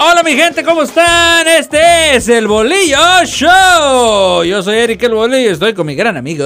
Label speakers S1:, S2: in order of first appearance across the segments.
S1: Hola mi gente, ¿cómo están? Este es el Bolillo Show. Yo soy Eric el Bolillo, estoy con mi gran amigo,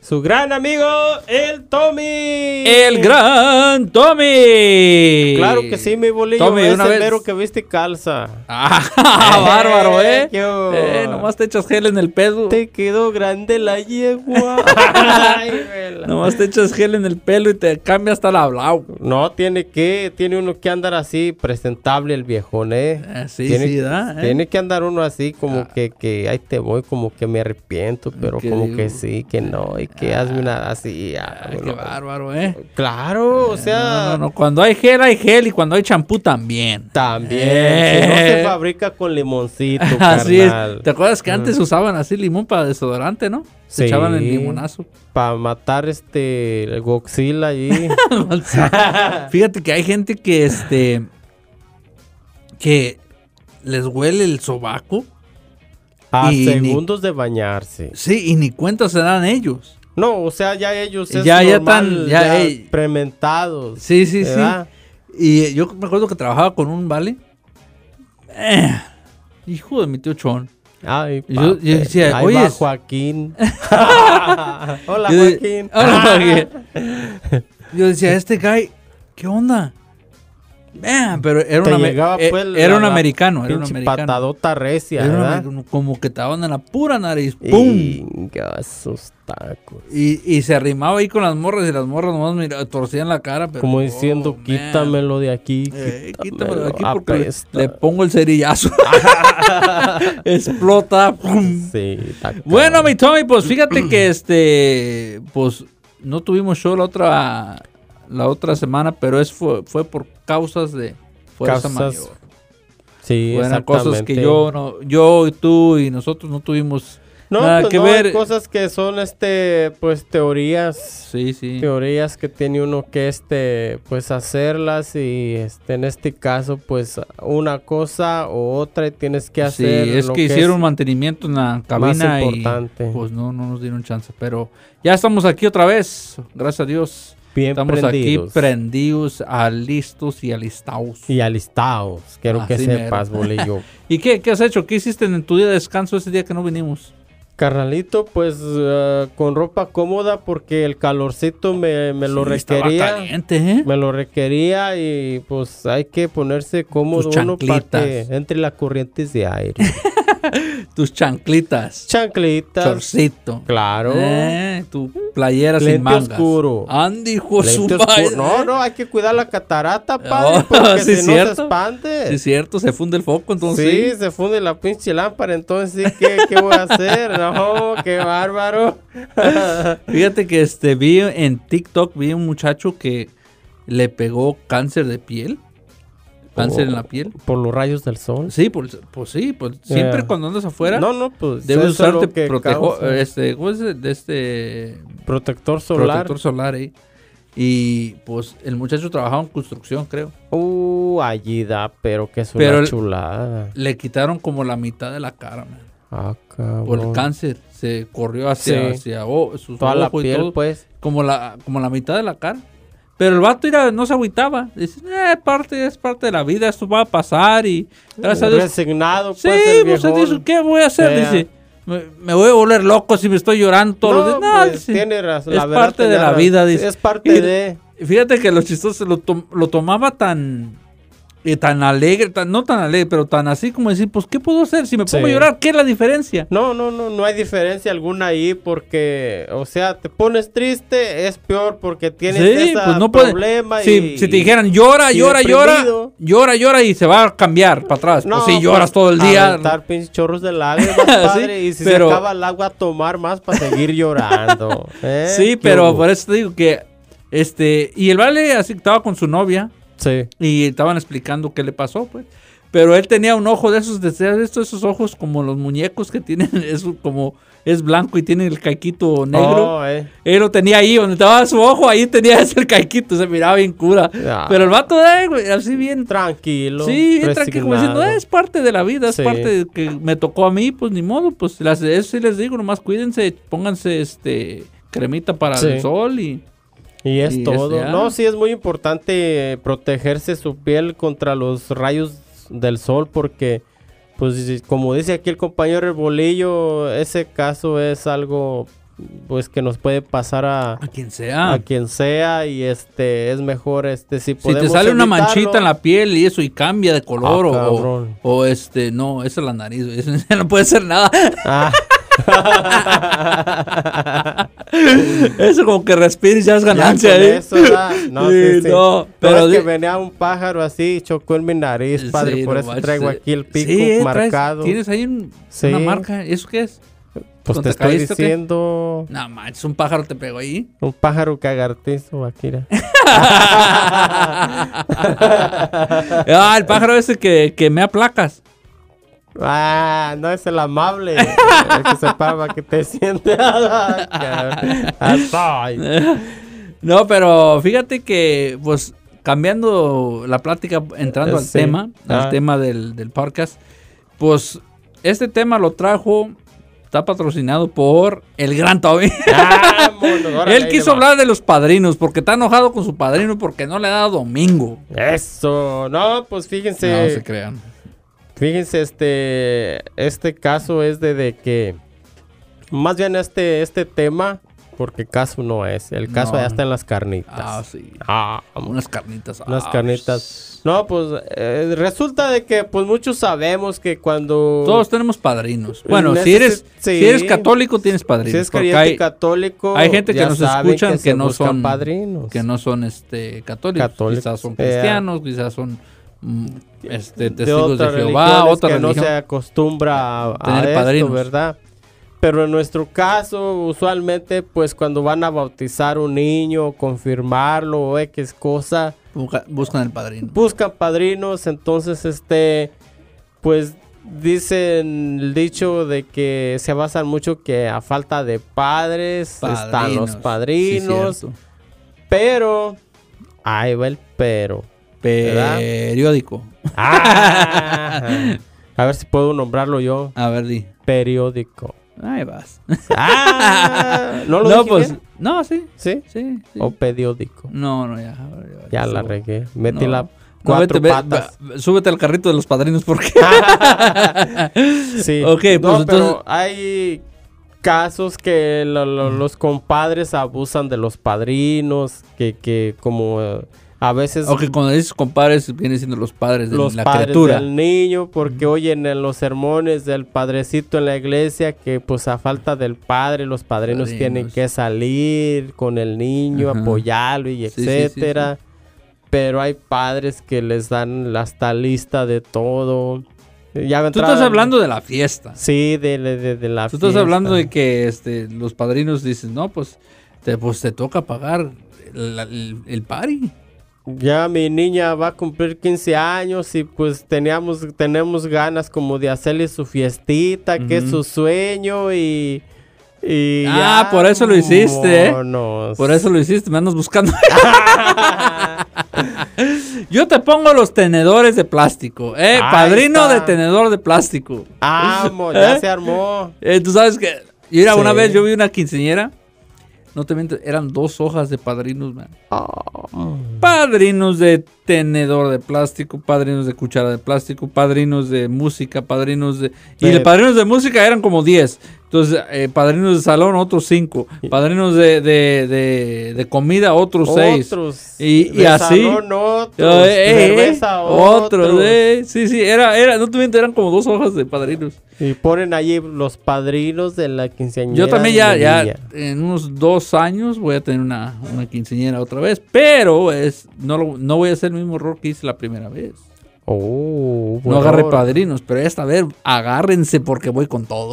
S2: Su gran amigo, el Tommy.
S1: el gran Tommy.
S2: Claro que sí, mi bolillo.
S1: Tommy,
S2: es
S1: una
S2: el
S1: vez-
S2: mero que viste calza.
S1: Ah, bárbaro, eh.
S2: Qué hubo.
S1: Eh, nomás te echas gel en el pelo.
S2: Te quedó grande la yegua. Ay, vela.
S1: Nomás te echas gel en el pelo y te cambia hasta el hablado.
S2: No, tiene que, tiene uno que andar así, presentable el viejón, eh.
S1: Ah, sí,
S2: tiene,
S1: sí, da, eh.
S2: Tiene que andar uno así, como que, que, ahí te voy, como que me arrepiento, pero
S1: Ah, ¿Qué
S2: como
S1: digo? Ah.
S2: que sí, que no, y que hazme una así. ah,
S1: Ay, qué
S2: no.
S1: bárbaro, eh.
S2: Claro, o sea.
S1: No, no, no, Cuando hay gel, hay gel y cuando hay champú también.
S2: También.
S1: Eh.
S2: Si no se fabrica con limoncito,
S1: Así es.
S2: carnal. Mm.
S1: ¿Te acuerdas que antes usaban así limón para desodorante, no? Se
S2: Sí.
S1: echaban el limonazo.
S2: Para matar este el goxila ahí.
S1: Fíjate que hay gente que este que les huele el sobaco.
S2: a
S1: Y ni-
S2: segundos de bañarse.
S1: Sí, y ni cuenta se dan ellos.
S2: No, o sea, ya ellos es
S1: Ya- ya
S2: normal,
S1: tan- ya, ey.
S2: prementados.
S1: Sí, sí, sí.
S2: ¿verdad?
S1: Y yo me acuerdo que trabajaba con un vale. Eh, hijo de mi tío Chon.
S2: Ay,
S1: Y yo-
S2: papi.
S1: yo decía,
S2: Ahí
S1: "Oye,
S2: va
S1: es-
S2: Joaquín. Hola,
S1: Yo de-
S2: Joaquín.
S1: Hola, Joaquín. Yo decía, este guy, ¿qué onda? Man, pero era,
S2: Te
S1: una, me-
S2: llegaba,
S1: eh,
S2: pues,
S1: era
S2: la-
S1: un
S2: la
S1: americano, era un
S2: Pinche
S1: americano.
S2: patadota recia,
S1: Era un
S2: ¿verdad?
S1: americano, como que te daban en la pura nariz. ¡Pum! Y...
S2: Inga, sus tacos.
S1: y se arrimaba ahí con las morras y las morras nomás mira, torcían la cara. Pero,
S2: Como
S1: oh,
S2: diciendo,
S1: man.
S2: quítamelo de aquí.
S1: Eh, quítamelo de aquí porque le-
S2: apesta".
S1: le pongo el cerillazo. Explota. ¡pum!
S2: Sí, está cabrón.
S1: Bueno, mi Tommy, pues fíjate que este, pues no tuvimos show la otra, la otra semana, pero es fue, fue por causas de fuerza
S2: Causas,
S1: mayor.
S2: sí,
S1: Eran cosas que
S2: exactamente.
S1: yo, no, yo y tú y nosotros no tuvimos
S2: No,
S1: nada
S2: pues
S1: que
S2: no,
S1: ver.
S2: hay cosas que son, este, pues, teorías.
S1: Sí, sí.
S2: Teorías que tiene uno que, este, pues, hacerlas y, este, en este caso, pues, una cosa o otra y tienes que
S1: Sí,
S2: hacer
S1: es
S2: lo
S1: que hicieron mantenimiento en la cabina y
S2: importante.
S1: pues no, no nos dieron chance, pero ya estamos aquí otra vez, gracias a Dios.
S2: bien
S1: Estamos
S2: prendidos.
S1: aquí prendidos, a listos y alistados.
S2: y alistados, quiero que
S1: Así mero.
S2: sepas, bolillo.
S1: ¿Y qué, qué has hecho? ¿Qué hiciste en tu día de descanso ese día que no vinimos?
S2: Carnalito, pues eh, con ropa cómoda porque el calorcito me, me lo
S1: Sí, estaba
S2: requería.
S1: caliente, ¿eh?
S2: Me lo requería y pues hay que ponerse cómodo
S1: Tus
S2: uno para que
S1: chanclitas.
S2: entre las corrientes de aire.
S1: Tus chanclitas.
S2: Chanclitas.
S1: Chorcito.
S2: Claro.
S1: Eh, Tu playera sin
S2: Lente
S1: mangas.
S2: oscuro.
S1: Andy, hijo de pues, su
S2: Lente
S1: madre.
S2: oscuro. No, no, hay que cuidar la catarata,
S1: Oh,
S2: padre, porque
S1: sí,
S2: si no se
S1: cierto.
S2: expande.
S1: Sí, es cierto, se funde el foco, entonces.
S2: Sí,
S1: sí.
S2: se funde la pinche lámpara, entonces sí, ¿qué, qué voy a hacer? No, qué bárbaro.
S1: Fíjate que este vi en TikTok vi un muchacho que le pegó cáncer de piel. Cáncer
S2: Oh.
S1: en la piel.
S2: Por los rayos del sol.
S1: Sí, pues, pues sí, pues siempre
S2: Yeah.
S1: cuando andas afuera
S2: No, no, pues
S1: debes
S2: eso es lo
S1: usarte
S2: que
S1: protejo,
S2: causa.
S1: este, ¿cómo es? de este
S2: protector solar.
S1: protector solar ahí. Y pues el muchacho trabajaba en construcción, creo.
S2: Uh, allí da, pero que es
S1: Pero
S2: una
S1: el-
S2: chulada.
S1: Le quitaron como la mitad de la cara, man.
S2: Ah,
S1: Por
S2: cabrón.
S1: el cáncer. Se corrió hacia,
S2: Sí.
S1: hacia o- sus
S2: Toda la
S1: ojos y
S2: piel,
S1: todo,
S2: pues.
S1: Como la, como la mitad de la cara. Pero el vato mira, no se agüitaba. Dice, "Eh, parte, es parte de la vida, esto va a pasar y gracias a Dios.
S2: Resignado,
S1: Sí,
S2: pues. el
S1: pues
S2: viejón.
S1: dice, ¿qué voy a hacer?
S2: Yeah.
S1: Dice, me, me voy a volver loco si me estoy llorando todos los
S2: No,
S1: días". No,
S2: pues,
S1: dice,
S2: tiene razón.
S1: es
S2: la verdad
S1: parte de
S2: tenía
S1: la
S2: razón.
S1: vida, dice.
S2: Es parte
S1: Y-
S2: de.
S1: Fíjate que los chistosos lo, tom- lo tomaba tan eh, tan alegre, tan- no tan alegre, pero tan así como decir, pues, ¿qué puedo hacer? Si me pongo a
S2: Sí.
S1: llorar, ¿qué es la diferencia?
S2: No, no, no, no hay diferencia alguna ahí porque, o sea, te pones triste, es peor porque tienes ese
S1: pues puede-
S2: problema
S1: Si,
S2: y-
S1: si te dijeran, llora,
S2: y
S1: llora, llora,
S2: deprimido.
S1: llora, llora y se va a cambiar para atrás.
S2: No,
S1: pues sí, lloras
S2: pues,
S1: todo el día.
S2: aventar pinches chorros de lágrimas, padre,
S1: Sí,
S2: y si
S1: pero-
S2: se acaba el agua, tomar más para seguir llorando. ¿eh?
S1: Sí,
S2: ¿Qué
S1: pero
S2: hubo?
S1: por eso te digo que, este, y el vale así estaba con su novia
S2: Sí.
S1: y estaban explicando qué le pasó, pues. Pero él tenía un ojo de esos, de ser esto, esos ojos como los muñecos que tienen, es como, es blanco y tiene el caquito negro.
S2: Oh, eh.
S1: Él lo tenía ahí, donde estaba su ojo, ahí tenía ese caiquito, se miraba bien cura.
S2: Ah.
S1: Pero el vato, eh, güey, así bien.
S2: Tranquilo.
S1: Sí, bien tranquilo, como diciendo,
S2: resignado.
S1: "Eh, es parte de la vida, es
S2: Sí.
S1: parte de que me tocó a mí, pues ni modo, pues las, eso sí les digo, nomás cuídense, pónganse este cremita para
S2: Sí.
S1: el sol y.
S2: Y es
S1: Y es
S2: todo.
S1: ya.
S2: No, sí es muy importante eh, protegerse su piel contra los rayos del sol porque, pues si- como dice aquí el compañero el bolillo, ese caso es algo pues que nos puede pasar a,
S1: A quien sea.
S2: a quien sea y este es mejor este si
S1: Ah. si
S2: podemos
S1: te sale una
S2: evitarlo,
S1: manchita en la piel y eso y cambia de color o-
S2: Ah,
S1: o,
S2: cabrón.
S1: o este, no, esa es la nariz, güey, eso no puede ser nada.
S2: Ah.
S1: Eso como que respires ya es ganancia,
S2: Ya con
S1: ¿eh?
S2: eso, ¿verdad? No,
S1: Sí,
S2: sí, sí.
S1: no,
S2: pero
S1: pero
S2: es que
S1: di-
S2: venía un pájaro así y chocó en mi nariz, padre.
S1: Sí,
S2: por
S1: no
S2: eso
S1: manches,
S2: traigo
S1: sí.
S2: aquí el pico
S1: Sí, eh, traes-
S2: marcado.
S1: Tienes ahí un-
S2: Sí.
S1: una marca. ¿Eso qué es?
S2: pues
S1: ¿Cuánto
S2: te estoy
S1: caíste o qué?
S2: diciendo
S1: No manches, un pájaro te pegó ahí.
S2: un pájaro cagartizo, Akira.
S1: ah, el pájaro ese que, que me aplacas.
S2: Ah, no es el amable. el que se para para que te Ah, sientes.
S1: No, pero fíjate que, pues, cambiando la plática, entrando
S2: Eh,
S1: al
S2: sí.
S1: tema, al
S2: Ah.
S1: tema del, del podcast, pues, este tema lo trajo, está patrocinado por el gran Toby. Él quiso hablar de los padrinos, porque está enojado con su padrino porque no le ha dado domingo.
S2: Eso, no, pues fíjense.
S1: No se crean.
S2: Fíjense, este, este caso es de, de que, más bien este, este tema, porque caso no es, el caso
S1: No.
S2: ya está en las carnitas.
S1: Ah, sí.
S2: Ah, vamos.
S1: Unas carnitas.
S2: Unas
S1: ah,
S2: carnitas. No, pues eh, resulta de que pues muchos sabemos que cuando...
S1: Todos tenemos padrinos. Bueno,
S2: Neces-
S1: si eres
S2: sí.
S1: si eres católico tienes padrinos.
S2: si es
S1: porque
S2: creyente
S1: hay-
S2: católico,
S1: hay gente que
S2: ya
S1: nos
S2: saben
S1: escuchan que
S2: se
S1: no
S2: buscan
S1: son-
S2: padrinos.
S1: que no son este católicos,
S2: Católicos,
S1: quizás son
S2: eh,
S1: cristianos, quizás son mm, este,
S2: de
S1: testigos de,
S2: otras
S1: Jehová,
S2: religiones
S1: otra
S2: que
S1: religión.
S2: no se acostumbra a, a
S1: Tener
S2: esto,
S1: padrinos.
S2: ¿verdad? Pero en nuestro caso, usualmente, pues cuando van a bautizar un niño, confirmarlo o X cosa,
S1: Busca- buscan el padrino.
S2: buscan padrinos, entonces este, pues dicen el dicho de que se basan mucho que a falta de padres están los
S1: sí,
S2: padrinos,
S1: cierto.
S2: pero, ahí va el pero. ¿Verdad?
S1: Periódico.
S2: Ah. a ver si puedo nombrarlo yo.
S1: A ver, di.
S2: Periódico.
S1: Ahí vas.
S2: Ah, no lo dije
S1: pues,
S2: bien?
S1: no, sí,
S2: ¿Sí?
S1: sí. sí.
S2: O periódico.
S1: No, no, ya. Oh. Ya,
S2: Ya la
S1: subo.
S2: regué. Metí
S1: No.
S2: la
S1: No, No, vete,
S2: cuatro
S1: ve-
S2: patas.
S1: ve- súbete al carrito de los padrinos porque
S2: sí.
S1: Ok, pues,
S2: No, pero
S1: entonces-
S2: hay casos que lo- lo- los compadres abusan de los padrinos, que, que como eh, a veces
S1: O que cuando dices compadres, vienen siendo los padres de
S2: los
S1: la
S2: padres
S1: criatura.
S2: del niño, porque oyen en los sermones del padrecito en la iglesia que pues a falta del padre, los padrinos
S1: Padrinos.
S2: tienen que salir con el niño,
S1: Ajá.
S2: apoyarlo y
S1: Sí, sí, sí,
S2: etcétera. Pero hay padres que les dan hasta lista de todo. Ya
S1: Tú estás hablando de la fiesta.
S2: Sí, de, de, de- de la
S1: Tú estás hablando de
S2: fiesta.
S1: que este, los padrinos dicen, no, pues te, pues, te toca pagar el, el- el party.
S2: Ya mi niña va a cumplir 15 años y pues teníamos, tenemos ganas como de hacerle su fiestita, que es
S1: Ujú.
S2: su sueño y... y
S1: Ah,
S2: ya,
S1: por eso lo hiciste, ¿eh?
S2: vámonos.
S1: Por eso lo hiciste, me andas buscando. Yo te pongo los tenedores de plástico. Eh,
S2: Ahí
S1: padrino
S2: está.
S1: de tenedor de plástico.
S2: Amo, ya
S1: ¿Eh?
S2: se armó.
S1: Eh, Tú sabes que, mira, una
S2: Sí.
S1: vez yo vi una quinceñera. No te miento, eran dos hojas de padrinos, man. Padrinos de tenedor de plástico, padrinos de cuchara de plástico, padrinos de música, padrinos de... Y
S2: De-
S1: de padrinos de música eran como 10. Entonces, eh, padrinos de salón, otros 5. Padrinos de, de, de, de comida, otros 6.
S2: Otros.
S1: Y- y
S2: de
S1: así.
S2: salón otros.
S1: Eh, eh, eh,
S2: cerveza
S1: otros,
S2: otros.
S1: eh. Sí, sí, era, era, no te miento, eran como dos hojas de padrinos.
S2: Y ponen allí los padrinos de la quinceañera.
S1: Yo también
S2: de
S1: ya,
S2: mi
S1: ya
S2: niña.
S1: en unos dos años voy a tener una, una quinceañera otra vez, pero es, no, lo- no voy a hacer el mismo error que hice la primera vez.
S2: Oh,
S1: No agarré
S2: bueno.
S1: padrinos, pero esta vez agárrense porque voy con todo.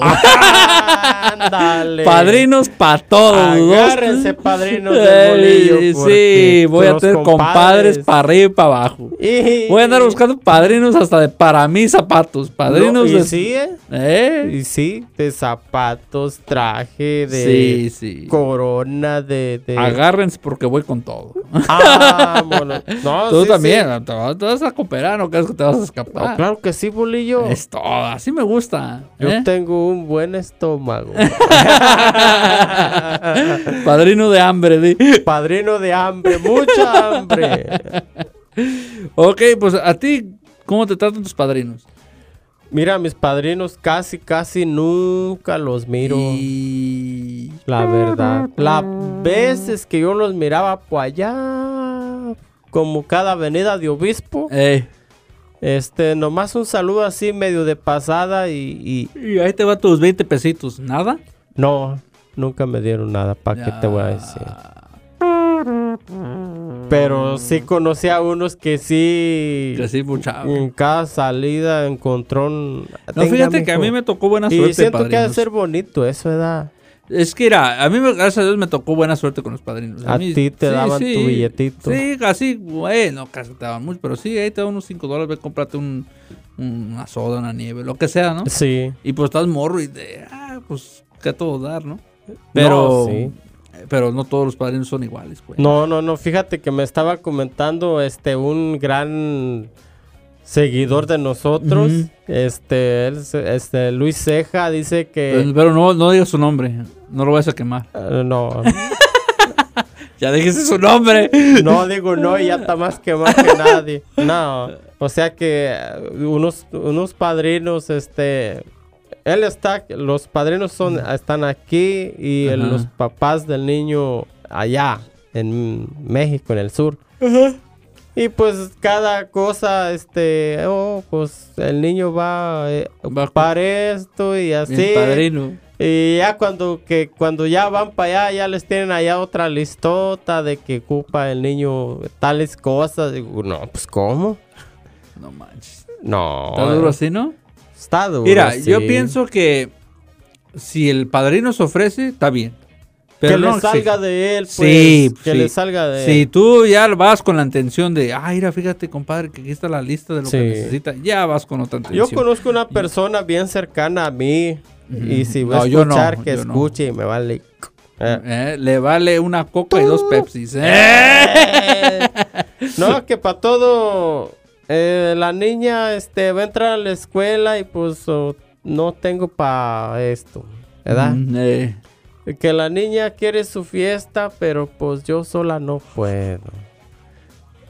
S2: Ándale.
S1: Padrinos para todos.
S2: Agárrense, padrinos del bolillo,
S1: Eh,
S2: porque
S1: Sí, voy a
S2: los
S1: tener compadres
S2: compadres-
S1: para arriba y para abajo.
S2: Y-
S1: Voy a andar buscando padrinos hasta de para mis zapatos. Padrinos
S2: No, y
S1: de-
S2: sí, ¿eh?
S1: ¿Eh?
S2: Y sí, de zapatos, traje,
S1: Sí,
S2: de
S1: sí.
S2: corona, de... de...
S1: Agárrense porque voy con todo.
S2: Ah, bueno. No,
S1: Tú
S2: sí,
S1: también,
S2: sí.
S1: te vas- te vas a cooperar, no crees que te vas a
S2: No,
S1: escapar.
S2: claro que sí, bolillo.
S1: Es todo, así me gusta.
S2: Yo
S1: ¿eh?
S2: tengo un buen estómago.
S1: Padrino de hambre, di.
S2: Padrino de hambre, mucha hambre.
S1: Ok, pues a ti, ¿Cómo te tratan tus padrinos?
S2: Mira, mis padrinos casi, casi nunca los miro.
S1: Y...
S2: La verdad. Las veces que yo los miraba por allá, como cada avenida de obispo,
S1: Ey,
S2: este, nomás un saludo así medio de pasada y, y
S1: y ahí te va tus 20 pesitos. ¿Nada?
S2: no, nunca me dieron nada, ¿para qué te voy a decir? Pero sí conocí a unos que sí,
S1: Que sí, mucha-
S2: en cada salida encontró un...
S1: No, fíjate que a mí me tocó buena suerte.
S2: Y siento que ha de
S1: padrinos.
S2: ser bonito eso, ¿verdad?
S1: Es que era, a mí, me- gracias a Dios, me tocó buena suerte con los padrinos.
S2: A
S1: mí-
S2: ti te daban tu billetito.
S1: Sí, casi, bueno, casi te daban mucho, pero sí, ahí te daban unos 5 dólares, ve, cómprate un, una soda, una nieve, lo que sea, ¿no?
S2: Sí.
S1: Y pues estás morro y de, ah, pues, que a todo dar, ¿no? Pero, eh,
S2: No, sí.
S1: pero no todos los padrinos son iguales, pues.
S2: No, no, no, fíjate que me estaba comentando este un gran seguidor de nosotros,
S1: Ujú.
S2: este, él se- este Luis Ceja dice
S1: Pero,
S2: que
S1: pero no, no digas su nombre, no lo vayas a quemar.
S2: Eh, no,
S1: Ya dijiste su nombre.
S2: no digo no y ya está más que más que nadie. No, o sea que eh, unos unos padrinos este él está los padrinos son están aquí y el-
S1: Ajá.
S2: los papás del niño allá en México en el sur. Y pues cada cosa, este, oh, pues el niño va eh, a
S1: Va con-
S2: ocupar esto y así.
S1: Mi padrino.
S2: Y ya cuando que cuando ya van para allá, ya les tienen allá otra listota de que ocupa el niño tales cosas. Digo, no, pues ¿cómo?
S1: No manches.
S2: No.
S1: Está duro así, ¿no?
S2: Está duro,
S1: Mira,
S2: sí.
S1: yo pienso que si el padrino se ofrece, está bien.
S2: que le
S1: no
S2: salga
S1: exija.
S2: de él, pues.
S1: Sí,
S2: que
S1: sí.
S2: le salga de
S1: Si
S2: él.
S1: tú ya vas con la intención de, ah, mira, fíjate, compadre, que aquí está la lista de lo que
S2: Sí.
S1: necesita, ya vas con otra
S2: Yo
S1: intención.
S2: conozco una persona bien cercana a mí. Y si va
S1: No,
S2: a
S1: yo no,
S2: escuchar, que
S1: yo no.
S2: escuche y me vale. Eh.
S1: Eh, le vale una coca y dos pepsis. ¿eh?
S2: Eh.
S1: Mm,
S2: No, que para todo. eh, la niña este, va a entrar a la escuela y pues oh, no tengo para esto, ¿verdad?
S1: Mm, eh.
S2: Que la niña quiere su fiesta, pero pues yo sola no puedo.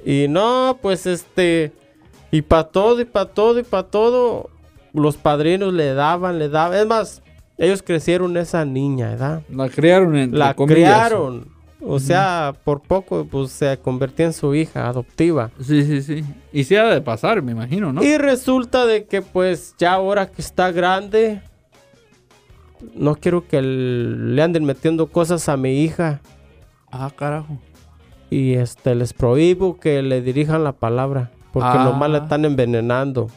S2: Y no, pues este. Y para todo, y para todo, y para todo. Los padrinos le daban, le daban. Es más, ellos crecieron esa niña, ¿verdad?
S1: La criaron en
S2: La criaron. O sea, por poco pues, se convertía en su hija adoptiva.
S1: Sí, sí, sí. Y se ha de pasar, me imagino, ¿no?
S2: Y resulta de que pues ya ahora que está grande, no quiero que el- le anden metiendo cosas a mi hija.
S1: Ah, carajo.
S2: Y este les prohíbo que le dirijan la palabra. Porque
S1: Ah.
S2: nomás le están envenenando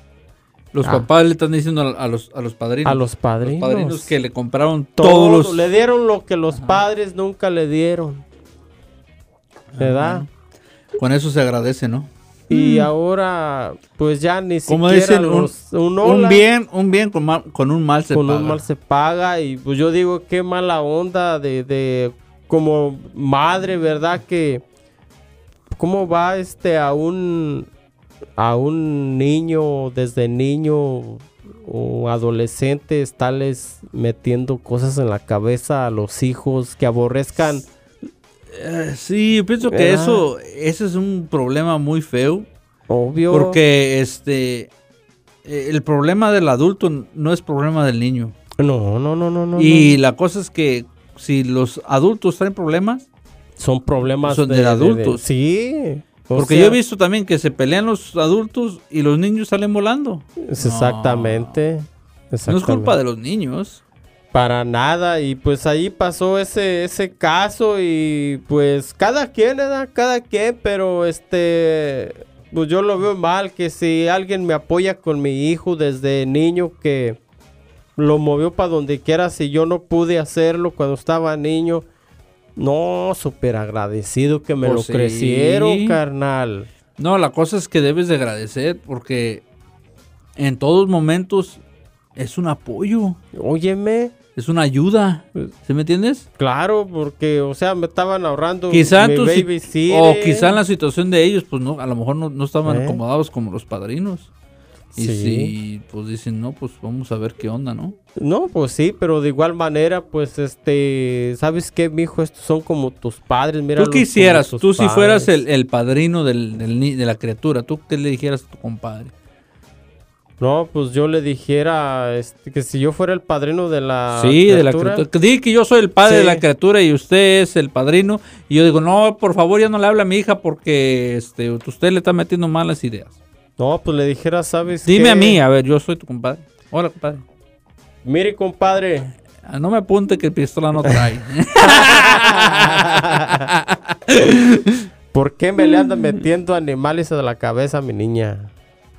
S1: Los
S2: Ah.
S1: papás le están diciendo a, a los, a los padrinos.
S2: a los padrinos.
S1: Los padrinos que le compraron
S2: Todo,
S1: todos los...
S2: Le dieron lo que los padres nunca le dieron. ¿Verdad?
S1: Con eso se agradece, ¿no?
S2: Y ahora, pues ya ni
S1: Mm. Como
S2: siquiera
S1: dicen, un-
S2: los- un, hola
S1: Un bien, un bien con, mal- con un mal se
S2: con
S1: paga.
S2: un mal se paga. Y pues yo digo, qué mala onda de, de como madre, ¿verdad? Que cómo va este a un a un niño desde niño o adolescente estarles metiendo cosas en la cabeza a los hijos que aborrezcan
S1: Eh, sí, yo pienso que
S2: ¿Verdad?
S1: eso, eso es un problema muy feo.
S2: obvio
S1: Porque este eh, el problema del adulto no es problema del niño.
S2: no no no no no
S1: y la cosa es que si los adultos traen problemas,
S2: no. son problemas
S1: son de adultos.
S2: sí o
S1: porque
S2: sea,
S1: yo he visto también que se pelean los adultos y los niños salen volando.
S2: Es Exactamente.
S1: No es culpa
S2: exactamente.
S1: de los niños.
S2: Para nada. Y pues ahí pasó ese, ese caso. Y pues cada quien, ¿verdad? Cada quien, pero este. Pues yo lo veo mal. Que si alguien me apoya con mi hijo desde niño que lo movió para donde quiera. Si yo no pude hacerlo cuando estaba niño. No, súper agradecido que me
S1: Pues
S2: lo
S1: sí.
S2: crecieron, carnal.
S1: No, la cosa es que debes de agradecer porque en todos momentos es un apoyo,
S2: Óyeme.
S1: es una ayuda.
S2: Pues-
S1: ¿Sí me entiendes?
S2: Claro, porque, o sea, me estaban ahorrando
S1: Quizá en
S2: mi
S1: tu si-
S2: babysitter.
S1: o quizá en la situación de ellos, pues no, a lo mejor no, no estaban
S2: ¿Eh?
S1: acomodados como los padrinos. Y
S2: Sí.
S1: si pues dicen, no, pues vamos a ver qué onda, ¿no?
S2: No, pues sí, pero de igual manera, pues, este... ¿Sabes qué, mijo? Estos son como tus padres, mira.
S1: tú quisieras, tú si fueras el, el padrino del, del ni- de la criatura, tú qué le dijeras a tu compadre.
S2: No, pues yo le dijera este, que si yo fuera el padrino de la
S1: Sí, de la criatura. Di que yo soy el padre de la criatura y usted es el padrino. Y yo digo, no, por favor, ya no le habla a mi hija porque este, usted le está metiendo malas ideas.
S2: No, pues le dijera, ¿sabes
S1: Dime a mí, a ver, yo soy tu compadre. Hola, compadre.
S2: Mire, compadre.
S1: No me apunte que el pistola no trae.
S2: ¿Por qué me le
S1: Mm.
S2: andan metiendo animales a la cabeza, mi niña?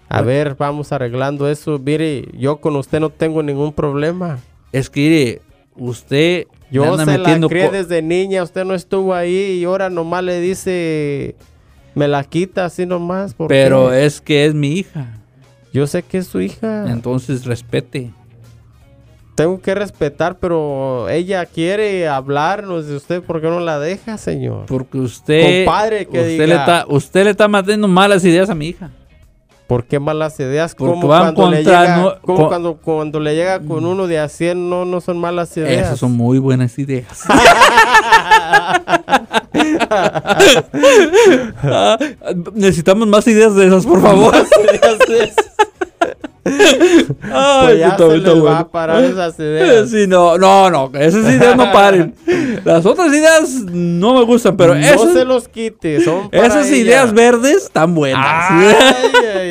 S2: A ver, vamos arreglando eso. Mire, yo con usted no tengo ningún problema.
S1: Es que, mire, usted.
S2: Yo anda se la cree desde niña, usted no estuvo ahí y ahora nomás le dice. Me la quita así nomás. ¿por
S1: Pero eh, qué? es que es mi hija.
S2: Yo sé que es su hija.
S1: Entonces respete.
S2: Tengo que respetar, pero ella quiere hablarnos de usted. ¿Por qué no la deja, señor?
S1: Porque usted.
S2: Compadre, que
S1: usted, diga, Le está, usted le está metiendo malas ideas a mi hija.
S2: ¿Por qué malas ideas?
S1: Porque
S2: como
S1: van
S2: cuando, le
S1: contra-
S2: llega,
S1: no-
S2: como
S1: con- Mm.
S2: cuando, cuando le llega con uno de a 100, no, no son malas ideas.
S1: Esas son muy buenas ideas. Ah, Necesitamos más ideas de esas, por favor.
S2: Pues Ideas es-
S1: Ay,
S2: pues ya
S1: puta,
S2: se
S1: está
S2: les va
S1: bueno.
S2: a parar esas ideas.
S1: Sí, no, no, no, esas ideas no paren. Las otras ideas no me gustan, pero
S2: no
S1: esas,
S2: se los quite, son para
S1: esas
S2: ella. Ah.
S1: ideas verdes están buenas.
S2: Ay,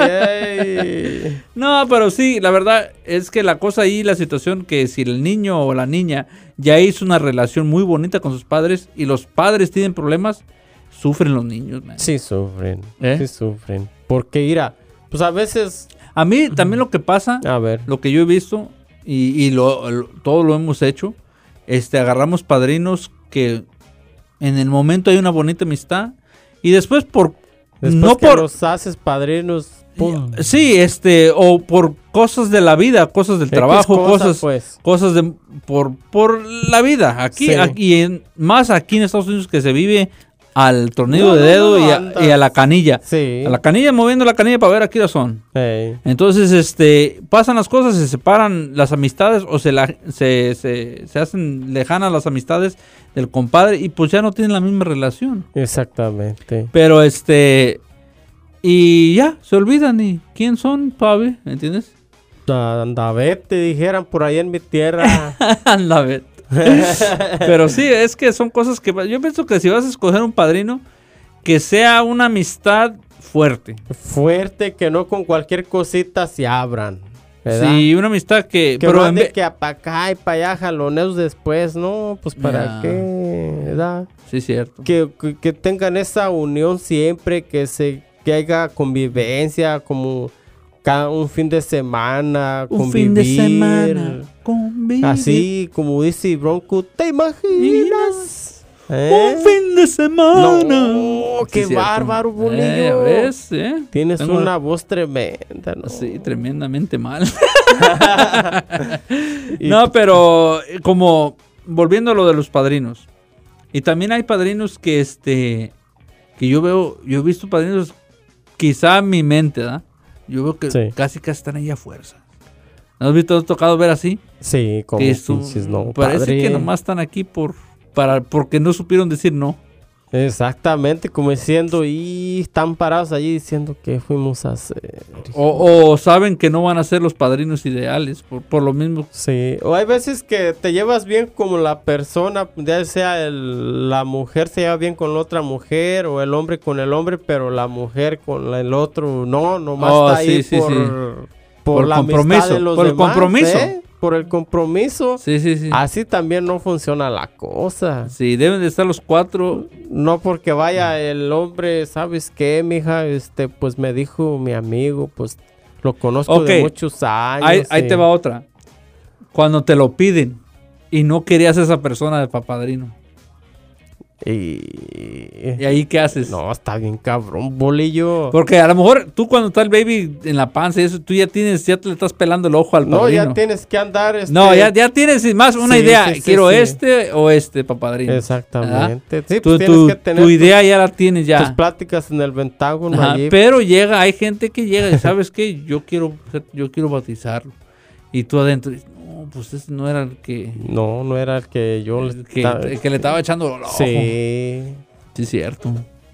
S2: ay, ay.
S1: No, pero sí, la verdad es que la cosa ahí, la situación que si el niño o la niña ya hizo una relación muy bonita con sus padres y los padres tienen problemas, sufren los niños. man.
S2: Sí sufren,
S1: ¿Eh?
S2: sí sufren. Porque irá, pues a veces,
S1: A mí también lo que pasa,
S2: a ver,
S1: lo que yo he visto y, y lo, lo- todo lo hemos hecho, este, agarramos padrinos que en el momento hay una bonita amistad y después por
S2: después
S1: no
S2: que
S1: por
S2: los haces padrinos, pum,
S1: sí, este o por cosas de la vida, cosas del
S2: X
S1: trabajo,
S2: cosa,
S1: cosas
S2: pues.
S1: cosas de por por la vida aquí,
S2: Sí.
S1: aquí en, más aquí en Estados Unidos que se vive al tornillo
S2: No,
S1: de
S2: no,
S1: dedo
S2: no,
S1: y, a,
S2: andas.
S1: y a la canilla.
S2: Sí.
S1: A la canilla moviendo la canilla para ver a qué hora son.
S2: Ey.
S1: Entonces, este, pasan las cosas, se separan las amistades o se, la- se, se- se hacen lejanas las amistades del compadre y pues ya no tienen la misma relación.
S2: Exactamente.
S1: Pero este, y ya, se olvidan y quién son, Pabe, ¿me entiendes?
S2: Anda, vete, dijeran por ahí en mi tierra.
S1: Anda, vete. Pero sí, es que son cosas que yo pienso que si vas a escoger un padrino, que sea una amistad fuerte.
S2: Fuerte, que no con cualquier cosita se abran. ¿verdad?
S1: Sí, una amistad que...
S2: Que
S1: pero
S2: no
S1: en
S2: ande
S1: vez-
S2: que a pa' acá y para allá jaloneos después, ¿no? Pues para
S1: Ya.
S2: qué, ¿verdad?
S1: Sí, cierto.
S2: Que, que- que tengan esa unión siempre, que se que haya convivencia, como cada un fin de semana,
S1: Un fin de
S2: convivir.
S1: semana. Convivir.
S2: Así como dice Bronco, ¿te imaginas? ¿Eh?
S1: Un fin de semana.
S2: No, qué
S1: cierto.
S2: bárbaro, bolillo.
S1: Eh, ¿ves? Eh.
S2: Tienes
S1: Tengo-
S2: una voz tremenda, ¿no?
S1: Sí, tremendamente mal.
S2: Y-
S1: no, pero eh, como volviendo a lo de los padrinos. Y también hay padrinos que este que yo veo, yo he visto padrinos quizá en mi mente, ¿verdad? Yo veo que
S2: Sí.
S1: casi casi están ahí a fuerza. ¿No has visto has tocado ver así?
S2: Sí, como
S1: Que es un-
S2: pinches, no,
S1: parece que
S2: padre.
S1: nomás están aquí por para porque no supieron decir no.
S2: Exactamente, como diciendo, y están parados allí diciendo que fuimos a hacer.
S1: O, o saben que no van a ser los padrinos ideales, por, por lo mismo.
S2: Sí, o hay veces que te llevas bien como la persona, ya sea el- la mujer se lleva bien con la otra mujer o el hombre con el hombre, pero la mujer con la- el otro no, nomás
S1: Oh,
S2: está ahí
S1: sí, sí,
S2: por,
S1: sí.
S2: por
S1: Por
S2: la
S1: compromiso,
S2: amistad de los
S1: por el
S2: demás,
S1: compromiso.
S2: ¿eh? Por el compromiso.
S1: Sí, sí, sí.
S2: Así también no funciona la cosa.
S1: Sí, deben de estar los cuatro.
S2: No porque vaya el hombre, ¿sabes qué, mija? Este, pues me dijo mi amigo, pues lo conozco
S1: Ok.
S2: de muchos años.
S1: ahí, ahí
S2: y-
S1: te va otra. Cuando te lo piden y no querías a esa persona de papadrino.
S2: Y...
S1: ¿Y ahí qué haces?
S2: No, está bien cabrón, bolillo.
S1: Porque a lo mejor tú cuando está el baby en la panza y eso, tú ya tienes, ya te le estás pelando el ojo al
S2: No,
S1: padrino.
S2: ya tienes que andar. este,
S1: No, ya, ya tienes más una
S2: Sí,
S1: idea.
S2: sí, sí,
S1: Quiero
S2: sí.
S1: este o este papadrino.
S2: Exactamente. Sí,
S1: Tu,
S2: pues tienes
S1: tu-
S2: que tener
S1: tu
S2: tus-
S1: idea ya la tienes
S2: tus,
S1: ya.
S2: pláticas en el Pentágono
S1: Ajá,
S2: allí.
S1: pero llega, hay gente que llega y sabes que yo quiero, ser- yo quiero bautizarlo. Y tú adentro, dices, no, pues ese no era el que,
S2: No, no era el que yo le
S1: el que,
S2: estaba-
S1: el que le estaba echando el ojo.
S2: Sí.
S1: Sí, es cierto.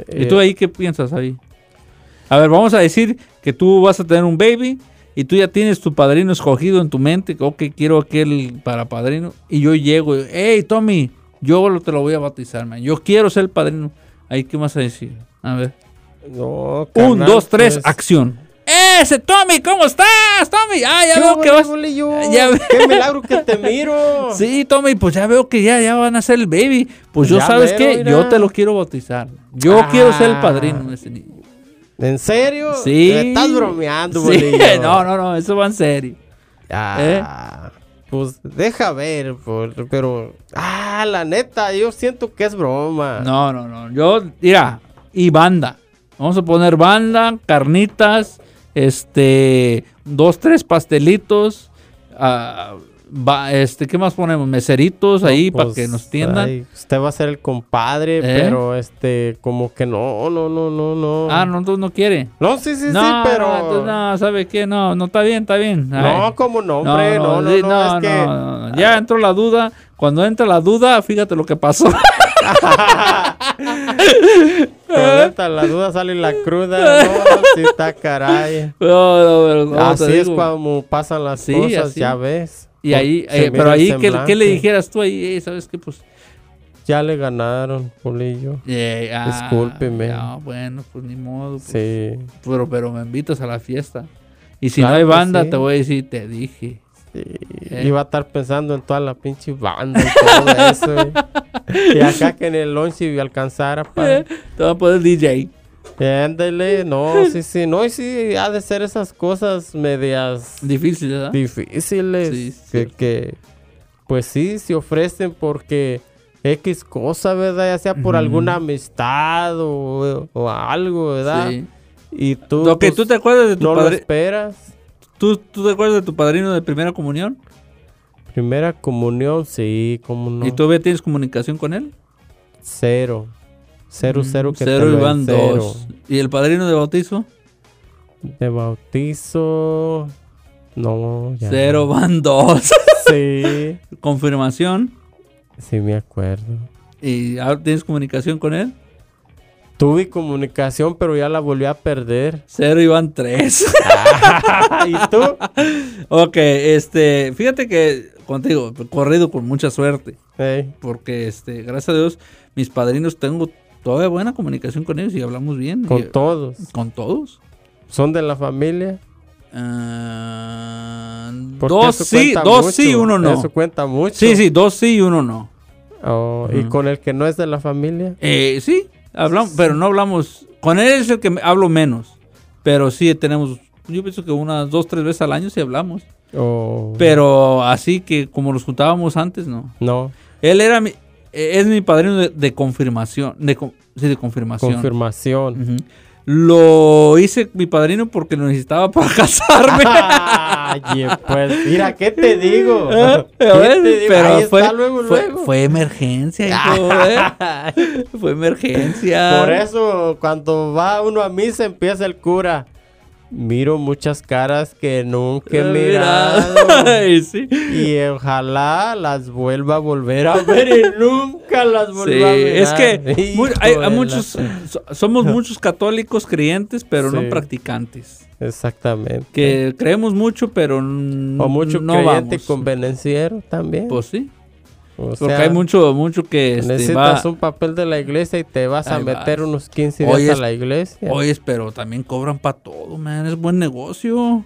S1: ¿Y
S2: Eh,
S1: tú ahí qué piensas ahí? A ver, vamos a decir que tú vas a tener un baby y tú ya tienes tu padrino escogido en tu mente, ok, quiero aquel para padrino, y yo llego, y, hey Tommy, yo te lo voy a bautizar, man. yo quiero ser el padrino. Ahí, ¿qué más a decir? A ver.
S2: No, pues,
S1: Un, dos, tres, acción. ¡Ese Tommy! ¿Cómo estás, Tommy? Ah, ya
S2: ¿Qué
S1: veo que
S2: huele,
S1: vas.
S2: huele yo?
S1: Ya-
S2: ¡Qué milagro que te miro!
S1: Sí, Tommy, pues ya veo que ya, ya van a ser el baby. Pues yo,
S2: Ya
S1: ¿sabes
S2: mero,
S1: qué?
S2: mira.
S1: Yo te lo quiero bautizar. Yo
S2: Ah.
S1: quiero ser el padrino de ese niño.
S2: ¿En serio?
S1: Sí.
S2: Me estás bromeando,
S1: Sí,
S2: bolillo.
S1: No, ¿Eh? no, no, eso va en serio.
S2: Ah, Pues deja ver, por- pero. Ah, la neta, yo siento que es broma.
S1: No, no, no. Yo, mira, y banda. Vamos a poner banda, carnitas, este, dos, tres pastelitos. ah, va- este, ¿qué más ponemos? Meseritos ahí para
S2: Pues,
S1: que nos tiendan.
S2: ay, usted va a ser el compadre,
S1: ¿Eh?
S2: pero este, como que no, no, no, no, no.
S1: Ah, no, entonces no quiere.
S2: No, sí, sí,
S1: no,
S2: sí, pero.
S1: no, entonces no, ¿sabe qué? No, no está bien, está bien. A
S2: No,
S1: ver.
S2: como no, hombre, no, no, no,
S1: sí,
S2: es que.
S1: no, no. Ya entró la duda. Cuando entra la duda, fíjate lo que pasó.
S2: Con esta la duda sale la cruda. No, sí está caray.
S1: No, no, pero no, te
S2: así es
S1: digo.
S2: cuando pasan las
S1: Sí,
S2: cosas,
S1: así.
S2: ya ves.
S1: Y ahí,
S2: Se
S1: eh,
S2: mira
S1: pero
S2: el
S1: ahí, ¿qué, qué le
S2: semblante.
S1: dijeras tú ahí? Eh, ¿Sabes qué? Pues.
S2: Ya le ganaron, Polillo.
S1: eh, ah,
S2: Discúlpeme.
S1: ya, bueno, pues ni modo. pues,
S2: Sí.
S1: Pero, pero me invitas a la fiesta. Y si
S2: Claro
S1: no hay
S2: que
S1: banda,
S2: sí.
S1: te voy a decir, te dije.
S2: sí.
S1: Eh.
S2: Iba a estar pensando en toda la pinche banda y todo eso. eh. y acá que en el lunch si alcanzara para.
S1: Te voy a poner DJ.
S2: Ándale, no, sí, sí. No, y sí, ha de ser esas cosas medias
S1: Difícil, ¿verdad?
S2: difíciles
S1: Sí,
S2: que,
S1: cierto.
S2: que, pues sí se ofrecen porque X cosa, ¿verdad? Ya sea por
S1: Ujú.
S2: alguna amistad o, o algo, ¿verdad?
S1: Sí.
S2: Y tú,
S1: Lo que
S2: pues,
S1: tú te acuerdas de tu
S2: no lo
S1: padri-
S2: esperas.
S1: ¿Tú, tú te acuerdas de tu padrino de primera comunión?
S2: Primera comunión, sí, como no.
S1: ¿Y todavía tienes comunicación con él?
S2: Cero.
S1: Mm.
S2: Cero, cero que
S1: Cero
S2: te lo
S1: y van
S2: encero.
S1: dos. ¿Y el padrino de bautizo?
S2: De bautizo. No, ya.
S1: Cero van dos.
S2: Sí.
S1: Confirmación.
S2: Sí, me acuerdo.
S1: ¿Y ahora tienes comunicación con él?
S2: Tuve comunicación, pero ya la volví a perder.
S1: Cero y van tres.
S2: ¿Y tú?
S1: ok, este, fíjate que contigo, he corrido con mucha suerte.
S2: Ey,
S1: Porque, este, gracias a Dios, mis padrinos tengo toda buena comunicación con ellos y hablamos bien.
S2: con
S1: y-
S2: todos.
S1: con todos.
S2: ¿Son de la familia?
S1: Ah,
S2: Porque
S1: dos
S2: eso
S1: sí,
S2: cuenta
S1: dos
S2: mucho.
S1: sí, uno no.
S2: Eso cuenta mucho.
S1: Sí, sí, dos sí y uno no.
S2: Oh, ¿Y
S1: Ujú.
S2: con el que no es de la familia?
S1: Eh, sí, hablamos, pero no hablamos. Con él es el que me- hablo menos. Pero sí tenemos, yo pienso que unas dos, tres veces al año sí hablamos.
S2: Oh,
S1: Pero así que como los juntábamos antes, no.
S2: no.
S1: Él era mi, eh, es mi padrino de, de confirmación. De, con- sí, de confirmación.
S2: Confirmación.
S1: Ujú. Lo hice mi padrino porque lo necesitaba para casarme.
S2: Ah, Ay, pues, mira, ¿qué te digo?
S1: ¿Eh?
S2: ¿Qué
S1: A ver,
S2: te digo?
S1: pero
S2: Ahí
S1: fue,
S2: está luego,
S1: fue,
S2: luego.
S1: fue emergencia, hijo, ¿eh? Fue emergencia.
S2: Por eso, cuando va uno a misa, empieza el cura. Miro muchas caras que nunca he
S1: Ah,
S2: mirado.
S1: Ay, sí.
S2: Y ojalá las vuelva a volver a ver y nunca las
S1: Sí,
S2: vuelva a ver.
S1: es que
S2: Hijo
S1: mu- hay, hay
S2: de la-
S1: muchos, so- somos muchos católicos creyentes, pero no
S2: Sí.
S1: practicantes.
S2: Exactamente.
S1: Que creemos mucho, pero n-
S2: o mucho
S1: no
S2: creyente
S1: vamos.
S2: convenenciero también.
S1: Pues sí,
S2: o sea,
S1: porque hay mucho, mucho que este,
S2: necesitas
S1: va-
S2: un papel de la iglesia y te vas a
S1: Ahí
S2: meter
S1: vas.
S2: unos 15
S1: Hoy
S2: días
S1: es-
S2: a la iglesia.
S1: Oyes, pero también cobran para todo, man. Es buen negocio.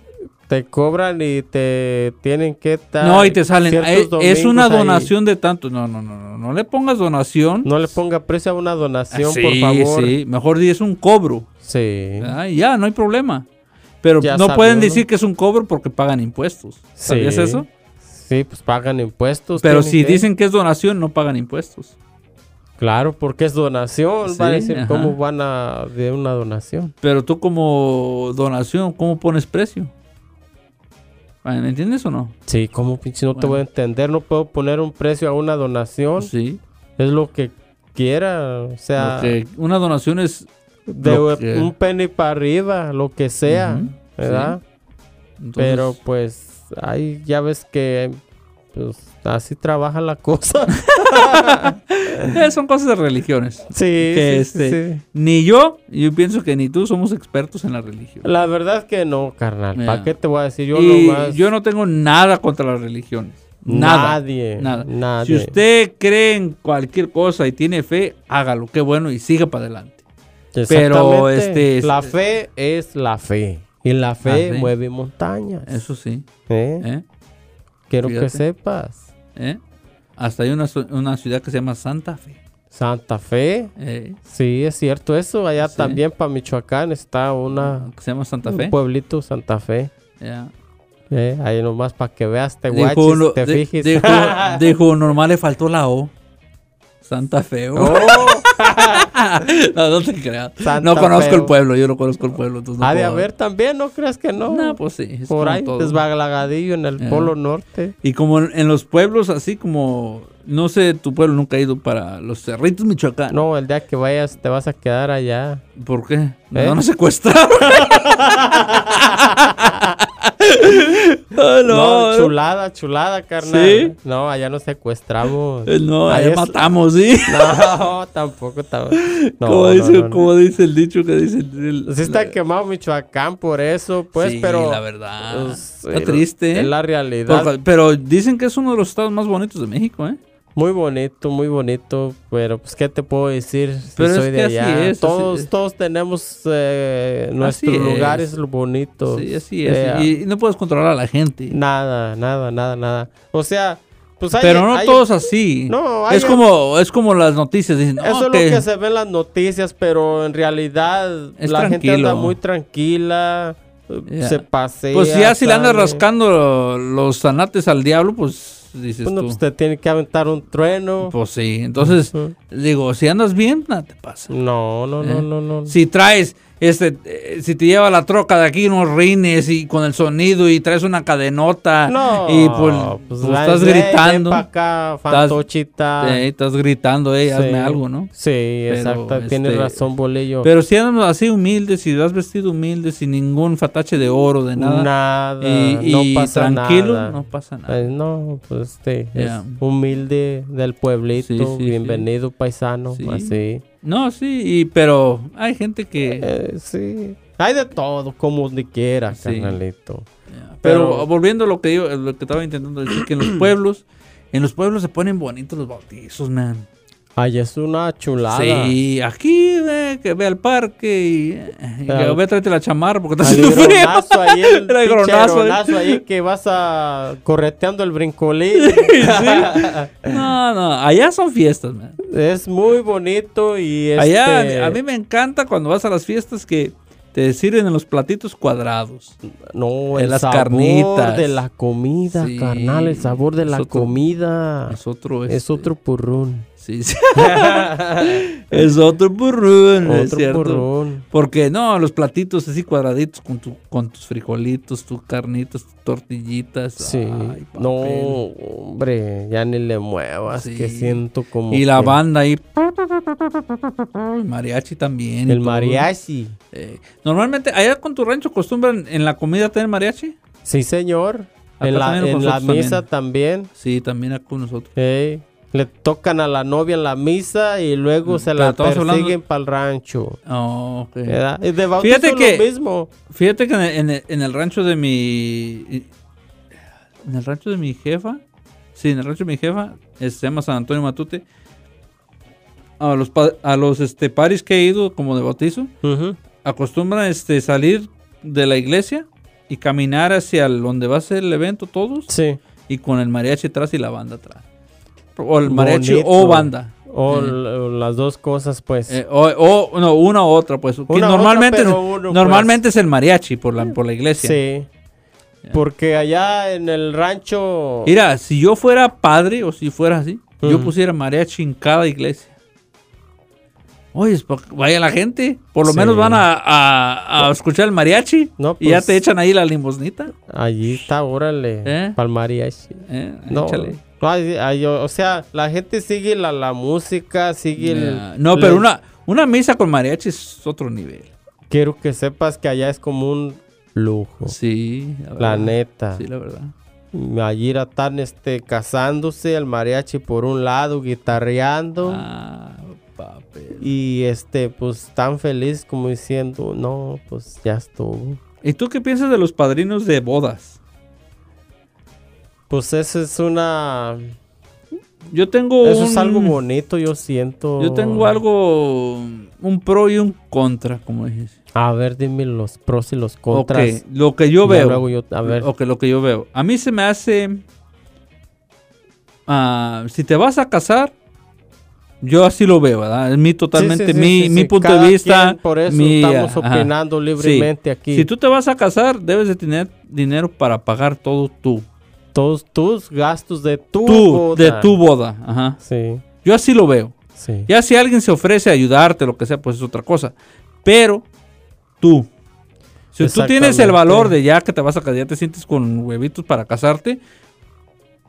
S2: Te cobran y te tienen que estar.
S1: No, y te salen.
S2: ciertos
S1: "Ay, Es
S2: domingos
S1: una
S2: ahí.
S1: donación de tanto. No, no, no, no. No le pongas donación.
S2: No le ponga precio a una donación,
S1: Ah, sí,
S2: por favor. Sí.
S1: sí. Ah, Mejor di es un cobro. ¿verdad? Y ya, no hay problema. Pero
S2: Ya
S1: no pueden
S2: sabiendo.
S1: decir que es un cobro porque pagan impuestos. ¿Sabías
S2: Sí.
S1: eso?
S2: Sí, pues pagan impuestos.
S1: Pero
S2: tienen
S1: si
S2: que-
S1: dicen que es donación, no pagan impuestos.
S2: Claro, porque es donación. va a
S1: Sí,
S2: decir
S1: ajá.
S2: cómo van a de una donación.
S1: Pero tú como donación, ¿cómo pones precio? Ah, ¿Me entiendes o no?
S2: Sí, cómo pinche no te
S1: Bueno. Pues
S2: voy a entender. No puedo poner un precio a una donación.
S1: Sí.
S2: Es lo que quiera. O sea,
S1: porque una donación es...
S2: de
S1: lo que-
S2: un penny para arriba, lo que sea,
S1: Ujú, sí.
S2: ¿verdad?
S1: entonces,
S2: Pero pues ahí ya ves que Pues así trabaja la cosa.
S1: Eh, Son cosas de religiones.
S2: sí,
S1: que
S2: sí,
S1: este,
S2: sí.
S1: Ni yo, yo pienso que ni tú somos expertos en la religión.
S2: La verdad que no, carnal.
S1: Mira.
S2: ¿Para qué te voy a decir? Yo
S1: Yo, y
S2: nomás-
S1: yo no tengo nada contra las religiones. Nada.
S2: Nadie.
S1: nada.
S2: Nadie.
S1: Si usted cree en cualquier cosa y tiene fe, hágalo, qué bueno, y siga para adelante. pero,
S2: Exactamente.
S1: este,
S2: La fe es la fe. Y la fe
S1: Ah, sí.
S2: mueve montañas.
S1: Eso sí,
S2: ¿Eh?
S1: ¿eh?
S2: Quiero
S1: fíjate.
S2: que sepas.
S1: ¿eh? Hasta hay una, so- una ciudad que se llama Santa Fe.
S2: Santa Fe.
S1: ¿eh?
S2: Sí, es cierto eso. Allá
S1: Sí. Ah,
S2: también para Michoacán está una,
S1: Que se llama Santa
S2: Ah. un
S1: Fe.
S2: pueblito Santa Fe.
S1: ya.
S2: Eh, ahí nomás para que veas, te
S1: Dijo
S2: guaches,
S1: uno-
S2: te
S1: di-
S2: fijes.
S1: dijo- dijo, normal le faltó la O. Santa Fe. güey.
S2: Oh,
S1: no, no te creas.
S2: Santa
S1: no conozco
S2: Fe.
S1: el pueblo, yo no conozco el pueblo. entonces no
S2: ha de
S1: puedo
S2: haber también, ¿no crees que no?
S1: No, pues sí. es
S2: Por
S1: como
S2: ahí,
S1: todo.
S2: desvaglagadillo en el
S1: Eh.
S2: Polo Norte.
S1: Y como en, en los pueblos, así como. No sé, tu pueblo nunca ha ido para los cerritos, Michoacán.
S2: No, el día que vayas te vas a quedar allá.
S1: ¿Por qué? Me
S2: ¿Eh?
S1: van a secuestrar. no,
S2: No,
S1: no.
S2: chulada, chulada, carnal.
S1: ¿Sí?
S2: No, allá nos secuestramos.
S1: Eh, No,
S2: Ahí
S1: ahí
S2: es-
S1: matamos, ¿sí?
S2: No, tampoco. tam- No,
S1: como,
S2: no,
S1: dice,
S2: no, no.
S1: como dice el dicho que dice el. el-
S2: Sí está
S1: la-
S2: quemado Michoacán por eso, pues,
S1: Sí,
S2: pero...
S1: la verdad.
S2: pues,
S1: está
S2: eh,
S1: triste, ¿eh?
S2: Es la
S1: Por
S2: realidad.
S1: fa- pero dicen que es uno de los estados más bonitos de México, ¿eh?
S2: Muy bonito, muy bonito, pero pues qué te puedo decir si
S1: Pero es
S2: soy de
S1: que así
S2: allá.
S1: es, así
S2: todos,
S1: es.
S2: todos tenemos eh, nuestro
S1: Así
S2: lugar,
S1: es.
S2: es lo bonito.
S1: Sí, así es.
S2: Eh,
S1: y, y no puedes controlar a la gente.
S2: Nada, nada, nada, nada. O sea, pues hay,
S1: pero no
S2: hay-
S1: todos así.
S2: No, hay- e-
S1: es como es como las noticias. Dicen, no,
S2: Eso es lo
S1: que-
S2: que se ve en las noticias, pero en realidad
S1: Es
S2: la gente anda
S1: tranquilo.
S2: muy tranquila,
S1: Ya.
S2: se pasea.
S1: Pues si ya si le andas
S2: sale.
S1: rascando los anates al diablo, pues dices
S2: Bueno,
S1: tú.
S2: pues te tiene que aventar un trueno.
S1: Pues sí. Entonces,
S2: Ujú.
S1: digo, si andas bien, nada te pasa.
S2: No, no, no,
S1: Eh.
S2: no, no.
S1: Si traes, este, eh, si te lleva la troca de aquí unos rines y con el sonido y traes una cadenota
S2: No,
S1: y pues, pues,
S2: la-
S1: estás
S2: ven, ven
S1: gritando.
S2: pa' acá, fantochita.
S1: Eh, estás gritando, eh,
S2: Sí.
S1: hazme algo, ¿no?
S2: Sí, exacto. Tienes
S1: este,
S2: razón, Bolillo.
S1: Pero si andas así humilde, si vas vestido humilde, sin ningún fatache de oro, de nada.
S2: nada.
S1: y
S2: no
S1: y
S2: pasa
S1: tranquilo,
S2: nada.
S1: no pasa nada.
S2: Ay, no, pues este
S1: Ya.
S2: es humilde del pueblito,
S1: Sí, sí, sí.
S2: bienvenido paisano,
S1: Sí. Eh.
S2: así.
S1: No, sí, y- pero hay gente que...
S2: Eh, sí. Hay de todo, como ni quiera,
S1: Sí.
S2: carnalito.
S1: Pero,
S2: pero-
S1: volviendo a lo que yo, a lo que estaba intentando decir, que en los pueblos, en los pueblos se ponen bonitos los bautizos, man.
S2: Ay, es una chulada.
S1: Sí, aquí ve, que ve al parque y, eh, y que
S2: Al-
S1: ve tráete la chamarra porque está
S2: Al
S1: haciendo frío.
S2: gronazo ahí, el
S1: Era
S2: pinche
S1: gronazo, ¿eh?
S2: gronazo ahí que vas a correteando el brincolín.
S1: No, no, allá son fiestas, man.
S2: es muy bonito y este,
S1: Allá a mí me encanta cuando vas a las fiestas que te sirven en los platitos cuadrados.
S2: no
S1: en
S2: el
S1: las
S2: sabor
S1: carnitas.
S2: de la comida,
S1: Sí,
S2: carnal, el sabor de
S1: es
S2: la
S1: otro-
S2: comida
S1: Es otro
S2: es
S1: este,
S2: otro purrún.
S1: Sí, sí. es otro burrón, es
S2: Otro
S1: cierto.
S2: purrún.
S1: Porque no, los platitos así cuadraditos con, tu, con tus frijolitos, tus carnitas, tus tortillitas.
S2: Sí.
S1: ay, papel.
S2: no, hombre, ya ni le muevas,
S1: Sí.
S2: que siento como
S1: Y la
S2: que
S1: banda ahí. El mariachi también. y
S2: el
S1: todo.
S2: mariachi.
S1: Eh, normalmente, allá con tu rancho acostumbran en la comida tener mariachi.
S2: Sí, señor.
S1: Acá
S2: en la,
S1: también
S2: en
S1: con
S2: la
S1: nosotros
S2: misa también.
S1: Sí, también acá con nosotros.
S2: Ey, Le tocan a la novia en la misa y luego
S1: Mm,
S2: se
S1: pero
S2: la
S1: estamos
S2: persiguen
S1: hablando-
S2: para el rancho.
S1: Ah, ok.
S2: ¿verdad? Y de bautizo
S1: Fíjate
S2: lo
S1: que-
S2: mismo.
S1: Fíjate que en el, en el- en el rancho de mi. En el rancho de mi jefa. Sí, en el rancho de mi jefa. eh, se llama San Antonio Matute. A los, pa- a los este, paris que he ido como de bautizo.
S2: Ujú.
S1: Acostumbran este, salir de la iglesia. Y caminar hacia el- donde va a ser el evento todos.
S2: Sí.
S1: Y con el mariachi atrás y la banda atrás. O el mariachi
S2: Bonito.
S1: o banda.
S2: O
S1: Eh.
S2: l- o las dos cosas, pues.
S1: Eh, o, o- no, una u otra, pues. Que
S2: Una u otra,
S1: normalmente
S2: pero
S1: es,
S2: uno, pues.
S1: normalmente es el mariachi por la, por la iglesia.
S2: sí.
S1: Ya.
S2: Porque allá en el rancho.
S1: Mira, si yo fuera padre o si fuera así, yo
S2: Mm.
S1: pusiera mariachi en cada iglesia. Oye, es pa- vaya la gente. Por lo
S2: Sí.
S1: menos van a, a- a escuchar el mariachi.
S2: No,
S1: Y ya
S2: pues.
S1: te echan ahí la limosnita.
S2: Allí está, órale.
S1: Eh.
S2: Pa'l mariachi.
S1: ¿eh?
S2: No,
S1: Échale.
S2: no, ay- ay, o o sea, la gente sigue la, la música, sigue el-
S1: Ya. No, pero
S2: le-
S1: una, una misa con mariachi es otro nivel.
S2: Quiero que sepas que allá es como un lujo.
S1: Sí, la verdad.
S2: La neta.
S1: Sí, la verdad.
S2: Allí era tan este, casándose el mariachi por un lado, guitarreando.
S1: Ah, papel.
S2: Y este, pues tan feliz como diciendo, no, pues ya estuvo.
S1: ¿Y tú qué piensas de los padrinos de bodas?
S2: Pues eso es una.
S1: Yo tengo.
S2: Eso es algo bonito, yo siento.
S1: Mm. Yo tengo algo. Un pro y un contra, como dices.
S2: A ver, dime los pros y los contras.
S1: Ok, lo que yo
S2: Ya
S1: veo.
S2: luego yo- a ver.
S1: Ok, lo que yo veo. A mí se me hace. ah, si te vas a casar, yo así lo veo, ¿verdad? Es mi totalmente,
S2: Sí, sí, sí,
S1: mi,
S2: sí,
S1: mi
S2: sí.
S1: punto
S2: Cada
S1: de vista.
S2: quien, por eso
S1: mi,
S2: estamos
S1: ajá.
S2: opinando libremente aquí.
S1: Si tú te vas a casar, debes de tener dinero para pagar todo tú.
S2: Todos tus gastos de tu
S1: Tú,
S2: boda.
S1: de tu boda. Ajá.
S2: Sí,
S1: Yo así lo veo.
S2: sí.
S1: Ya si alguien se ofrece a ayudarte, lo que sea, pues es otra cosa. Pero tú, si tú tienes el
S2: Exactamente.
S1: valor de ya que te vas a casar, ya te sientes con huevitos para casarte,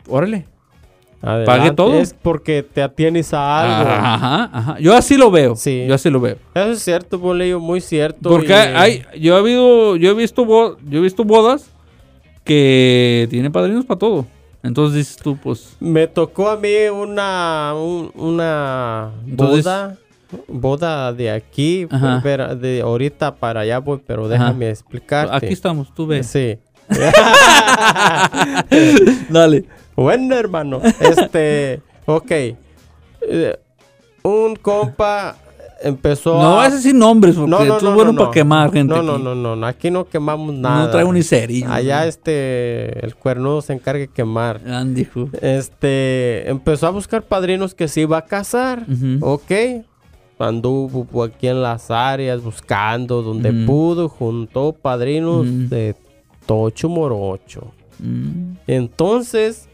S1: órale.
S2: Adelante.
S1: ¿Pagué todo?
S2: Es porque te atienes a algo.
S1: Ajá, ajá. Yo así lo veo.
S2: Sí.
S1: Yo así lo veo.
S2: Eso es cierto, Bolillo, muy cierto.
S1: Porque
S2: y-
S1: hay, hay- yo he habido, yo he visto bo- yo he visto bodas que tienen padrinos para todo. Entonces dices tú, pues,
S2: Me tocó a mí una, un- una
S1: Entonces-
S2: boda. Boda de aquí,
S1: Ajá.
S2: pero de ahorita para allá voy, pero déjame explicarte.
S1: aquí estamos, tú ves.
S2: Sí.
S1: Dale.
S2: Bueno, hermano. Este, ok. Eh, un compa empezó
S1: No
S2: a...
S1: vas a decir nombres porque tú bueno para quemar gente.
S2: No, no,
S1: aquí.
S2: no, no, no, aquí no quemamos nada.
S1: No traigo ni cerillo.
S2: Allá este, el cuernudo se encarga de quemar.
S1: Andy, hijo.
S2: Este, empezó a buscar padrinos que se iba a casar.
S1: Ujú.
S2: Ok. Anduvo por aquí en las áreas buscando donde
S1: Ujú.
S2: pudo, juntó padrinos
S1: Ujú.
S2: de Tocho Morocho.
S1: Mm,
S2: Entonces,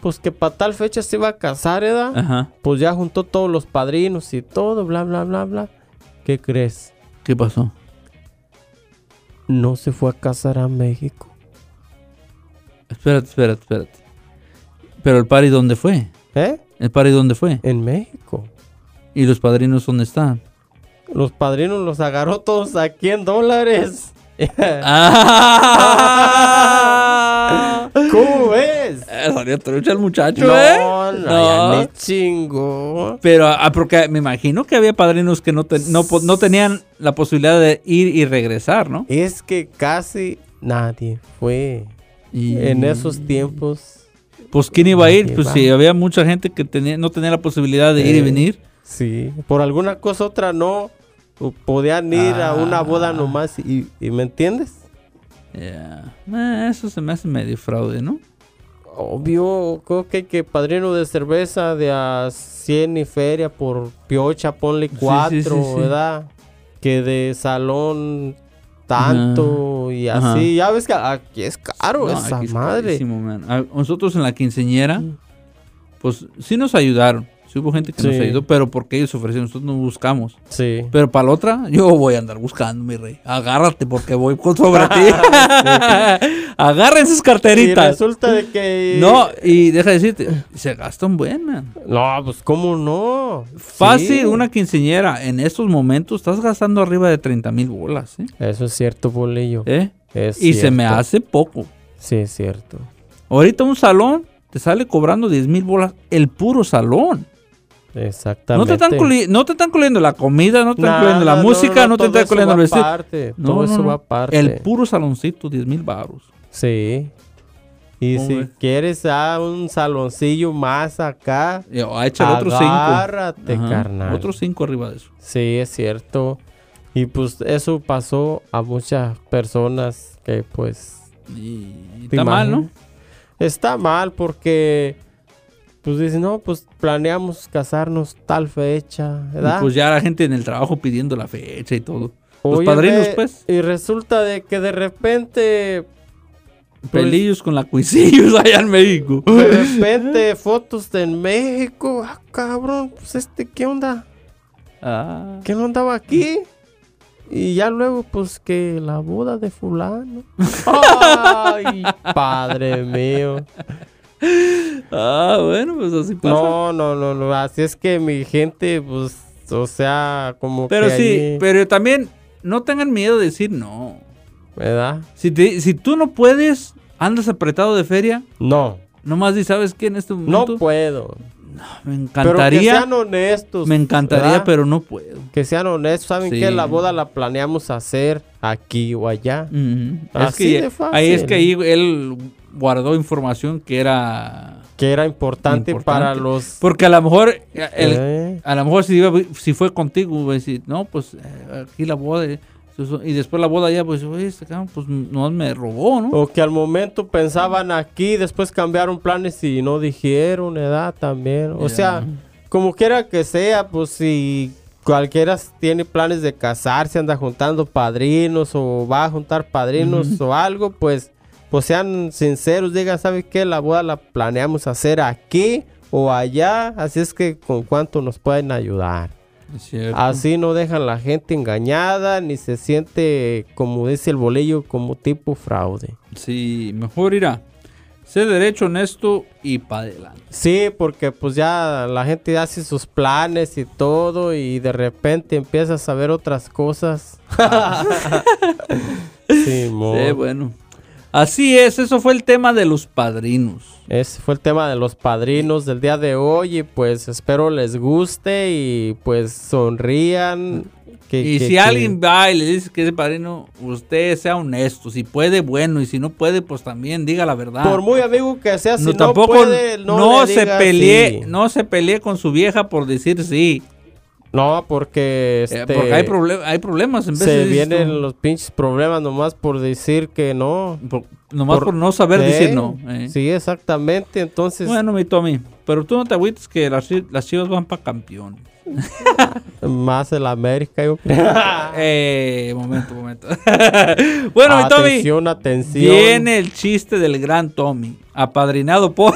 S2: pues que para tal fecha se iba a casar, ¿verdad?
S1: Ajá.
S2: Pues ya juntó todos los padrinos y todo, bla, bla, bla, bla. ¿Qué crees?
S1: ¿Qué pasó?
S2: No se fue a casar a México.
S1: Espérate, espérate, espérate. Pero el party, ¿dónde fue?
S2: ¿Eh?
S1: ¿El party dónde fue?
S2: En México.
S1: ¿Y los padrinos dónde están?
S2: Los padrinos los agarró todos aquí en dólares.
S1: ¡Ah!
S2: ¿Cómo ves?
S1: Eh, Salió trucha el muchacho, ¿eh?
S2: No, no, ya ni chingo.
S1: Pero ah, porque me imagino que había padrinos que no, te- no, po- no tenían la posibilidad de ir y regresar, ¿no?
S2: Es que casi nadie fue.
S1: Y,
S2: En esos tiempos,
S1: Pues quién iba a ir,
S2: Nadie
S1: pues
S2: va.
S1: sí, había mucha gente que tenía, no tenía la posibilidad de ir y
S2: Eh,
S1: venir.
S2: sí. Por alguna cosa u otra no o podían ir a una boda
S1: Ah.
S2: nomás y, y- ¿me entiendes?
S1: Ya. Eh, eso se me hace medio fraude, ¿no?
S2: Obvio, creo que, que padrino de cerveza de a 100 y feria por piocha, ponle
S1: sí,
S2: cuatro,
S1: sí, sí.
S2: ¿verdad? Que de salón tanto y
S1: Ajá.
S2: así. Ya ves que aquí es caro
S1: No,
S2: esa
S1: aquí es
S2: madre.
S1: carísimo, man. A- Nosotros en la quinceñera,
S2: Mm.
S1: pues sí nos ayudaron. Sí hubo gente que nos
S2: Sí.
S1: ayudó, pero porque ellos ofrecieron, nosotros no buscamos.
S2: Sí.
S1: Pero para la otra, yo voy a andar buscando, mi rey. Agárrate porque voy con sobre ti. Agarren sus
S2: Y
S1: carteritas.
S2: resulta de que...
S1: No, y deja de decirte, se gasta un buen, man.
S2: No, pues cómo no.
S1: Fácil,
S2: Sí.
S1: una quinceñera. En estos momentos estás gastando arriba de 30 mil bolas, ¿eh?
S2: Eso es cierto, bolillo.
S1: ¿Eh?
S2: Es
S1: Y se me
S2: cierto.
S1: hace poco.
S2: Sí, es cierto.
S1: Ahorita un salón te sale cobrando 10 mil bolas el puro salón. No
S2: Exactamente.
S1: te, están culi- no te están coliendo la comida, no te están
S2: Nada,
S1: coliendo la
S2: no,
S1: música, no, te
S2: todo
S1: están
S2: eso
S1: coliendo el
S2: va
S1: vestido.
S2: aparte,
S1: No,
S2: todo
S1: no,
S2: eso
S1: no.
S2: va aparte.
S1: El puro saloncito, 10 mil baros.
S2: Sí. Y
S1: ¿Cómo
S2: si
S1: ves?
S2: quieres a un saloncillo más acá,
S1: Y, ah, échale otro 5.
S2: agárrate, carnal.
S1: Otro 5 arriba de eso.
S2: Sí, es cierto. Y pues eso pasó a muchas personas que pues
S1: Y, y
S2: ¿Te
S1: está mal, ¿no?
S2: imaginas? está mal porque pues dicen, no, pues planeamos casarnos tal fecha, ¿verdad?
S1: Y pues ya la gente en el trabajo pidiendo la fecha y todo. Los
S2: Oye,
S1: padrinos,
S2: ve,
S1: pues.
S2: Y resulta de que de repente, Pues-
S1: Pelillos con la cuisillos allá en México.
S2: de repente fotos de México, ah, cabrón, pues este, ¿qué onda?
S1: Ah.
S2: que no andaba aquí. Y ya luego, pues que la boda de fulano. Ay, padre mío.
S1: Ah, bueno, pues así pasa.
S2: No, no, no, no. Así es que mi gente, pues, o sea, como
S1: pero
S2: que
S1: sí,
S2: ahí,
S1: pero también no tengan miedo de decir no.
S2: ¿verdad?
S1: Si, te- si tú no puedes, ¿Andas apretado de feria?
S2: No.
S1: Nomás di, ¿sabes qué? En este
S2: No
S1: momento.
S2: puedo.
S1: me
S2: Pero que
S1: encantaría.
S2: sean honestos.
S1: Me encantaría,
S2: ¿verdad?
S1: pero no puedo.
S2: Que sean honestos. ¿Saben
S1: Sí. Mm.
S2: que La boda la planeamos hacer aquí o allá.
S1: Ujú.
S2: Así
S1: es que,
S2: de fácil.
S1: Ahí es que ahí él guardó información que era.
S2: Que era importante,
S1: Importante.
S2: para los...
S1: Porque a lo mejor. eh, el-
S2: Eh,
S1: a lo mejor si, iba- si fue contigo, güey, si, no, pues eh, aquí la boda. eh, Y después la boda ya, pues, oye, este cabrón, pues no me robó, ¿no?
S2: O que al momento pensaban aquí, después cambiaron planes y no dijeron edad también.
S1: Ya.
S2: O sea, como quiera que sea, pues si cualquiera tiene planes de casarse, anda juntando padrinos o va a juntar padrinos o algo, pues, pues sean sinceros, digan, ¿sabes qué? La boda la planeamos hacer aquí o allá, así es que con cuánto nos pueden ayudar.
S1: Es cierto.
S2: Así no dejan la gente engañada ni se siente, como dice el bolillo, como tipo fraude.
S1: Sí, mejor irá. Sé derecho, honesto y para adelante.
S2: Sí, porque pues ya la gente hace sus planes y todo y de repente empiezas a ver otras cosas. sí, mo.
S1: Sí, bueno. Así es, eso fue el tema de los padrinos.
S2: Ese fue el tema de los padrinos del día de hoy y pues espero les guste y pues sonrían. que-
S1: Y
S2: que-
S1: si
S2: que-
S1: alguien va y le dice que es padrino, usted sea honesto. Si puede, bueno. Y si no puede, pues también diga la verdad.
S2: Por muy amigo que sea, si
S1: Ah. no,
S2: no
S1: tampoco
S2: puede, no,
S1: no,
S2: le
S1: se
S2: diga
S1: pelee,
S2: sí.
S1: no se pelee con su vieja por decir sí.
S2: No, porque...
S1: Eh,
S2: este,
S1: porque hay, proble- hay problemas en vez de
S2: se
S1: decir
S2: vienen
S1: tú,
S2: los pinches problemas nomás por decir que no.
S1: por- nomás por,
S2: por-
S1: no saber
S2: Sí,
S1: decir no. eh.
S2: Sí, exactamente. Entonces,
S1: Bueno, mi Tommy, pero tú no te agüites que las, chi- las chivas van para campeón.
S2: más el América, yo creo.
S1: Eh, momento, momento. bueno, mi Tommy,
S2: atención, atención.
S1: viene el chiste del gran Tommy, apadrinado por...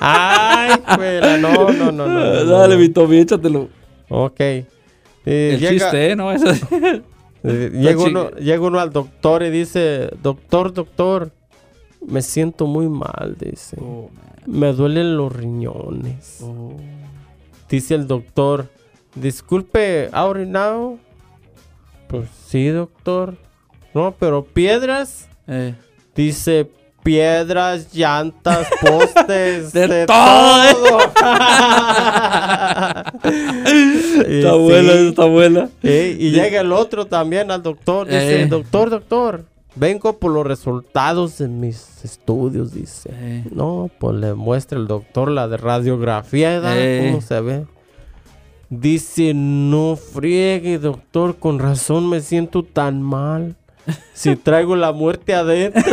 S2: Ay, juela, no, no, no, no, no, no.
S1: Eh, Dale, mi Tommy, échatelo.
S2: Ok. Eh,
S1: El
S2: llega,
S1: chiste, ¿eh? ¿no? Eso-
S2: eh, llega
S1: chi-
S2: uno, llega uno al doctor y dice, doctor, doctor, me siento muy mal, dice.
S1: Oh, man.
S2: Me duelen los riñones.
S1: Oh.
S2: Dice el doctor, disculpe, ¿ha orinado? Pues sí, doctor. No, pero piedras.
S1: Eh.
S2: Dice piedras, llantas, postes,
S1: De
S2: de,
S1: todo. ¿eh?
S2: todo. Y
S1: Está buena,
S2: sí,
S1: está buena.
S2: eh, y llega el otro también al doctor. Dice,
S1: Eh.
S2: doctor, doctor, vengo por los resultados de mis estudios, dice.
S1: Eh.
S2: No, pues le muestra el doctor la de radiografía, ¿da?
S1: Eh.
S2: ¿cómo se ve? Dice, no friegue, doctor, con razón me siento tan mal. Si traigo la muerte adentro.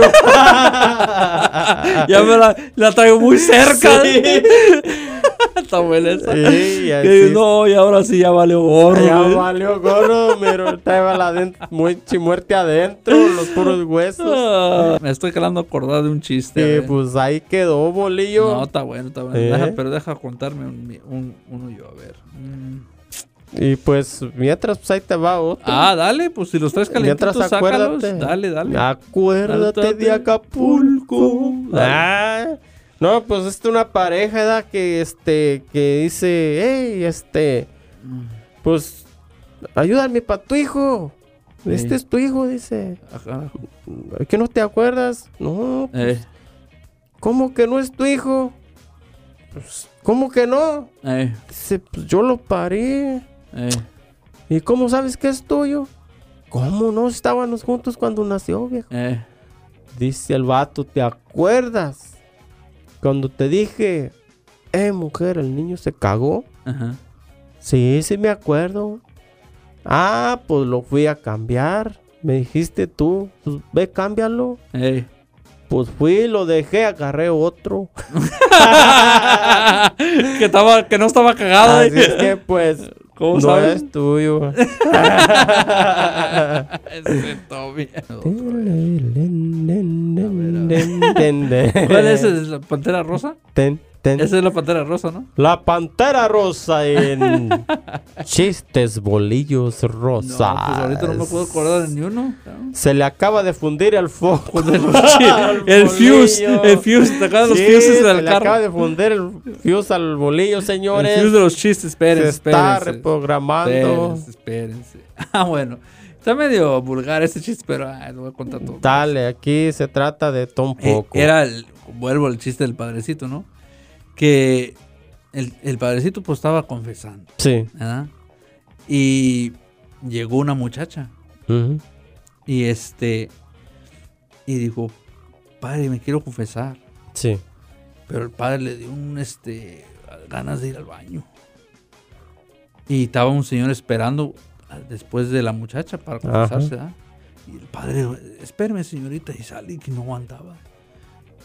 S1: Ya me la, la traigo muy cerca.
S2: Sí.
S1: Está buena esa.
S2: Eh, Sí,
S1: Que
S2: así
S1: digo, no, y ahora sí ya valió gorro. ¿eh?
S2: Ya
S1: güey.
S2: valió gorro, pero traigo la adent- muerte muerte adentro, los puros huesos.
S1: Ah, me estoy quedando acordado de un chiste. a
S2: Eh,
S1: ver.
S2: pues ahí quedó, bolillo.
S1: No, está bueno, está bueno.
S2: ¿Eh?
S1: Deja- pero deja contarme un- un- uno yo, a ver. Mm.
S2: Y pues mientras, pues ahí te va otro.
S1: Ah, dale, pues si los tres calentitos,
S2: Mientras,
S1: sácalos.
S2: acuérdate. Ah.
S1: Dale, dale.
S2: Acuérdate de Acapulco.
S1: Dale.
S2: Ah, no, pues es una pareja ¿verdad? que este que dice, hey, este, pues ayúdame para tu hijo. Este
S1: Ey.
S2: es tu hijo, dice.
S1: Ajá.
S2: ¿Que no te acuerdas? No, pues,
S1: Eh,
S2: ¿cómo que no es tu hijo? Pues, ¿Cómo que no?
S1: eh,
S2: Dice, pues yo lo parí.
S1: eh.
S2: ¿Y cómo sabes que es tuyo? ¿Cómo no? Estábamos juntos cuando nació, viejo.
S1: eh.
S2: Dice el vato, ¿te acuerdas? Cuando te dije, eh, mujer, el niño se cagó.
S1: Ajá.
S2: Sí, sí me acuerdo. Ah, pues lo fui a cambiar. Me dijiste tú, pues ve, cámbialo.
S1: Eh.
S2: Pues fui, lo dejé, agarré otro.
S1: que, estaba, que no estaba cagado.
S2: Así
S1: eh.
S2: Ah, es que, pues,
S1: ¿Cómo
S2: no
S1: sabes?
S2: es tuyo.
S1: Ese Tommy.
S2: ¿Cuál
S1: ¿Cuál es? ¿Es la pantera rosa?
S2: Ten, ten.
S1: Esa es la pantera rosa, ¿no?
S2: La pantera rosa en chistes bolillos
S1: No,
S2: rosa.
S1: pues ahorita no me puedo acordar de ni uno. ¿no? Pues
S2: Se le acaba de fundir al foco. Al
S1: el fuse,
S2: bolillo.
S1: el fuse, te acuerdas los
S2: Sí,
S1: fuses
S2: se
S1: del
S2: le acaba
S1: carro.
S2: de fundir el fuse al bolillo,
S1: el fuse
S2: señores.
S1: de los chistes,
S2: Se
S1: Pérez,
S2: está
S1: espérense.
S2: reprogramando.
S1: Espérense, espérense. Ah, bueno. Está medio vulgar este chiste, pero ah, lo voy a contar todo.
S2: Dale, aquí se trata de Tom
S1: Eh,
S2: Poco.
S1: Era, el, vuelvo al chiste del padrecito, ¿no? Que el, el padrecito pues estaba confesando,
S2: Sí.
S1: ¿verdad? Y llegó una muchacha
S2: Ujú.
S1: y este... Y dijo, padre, me quiero confesar.
S2: Sí.
S1: Pero el padre le dio un, este, ganas de ir al baño. Y estaba un señor esperando a- después de la muchacha para confesarse. ¿verdad? Y el padre, espérame señorita, y salí que no aguantaba.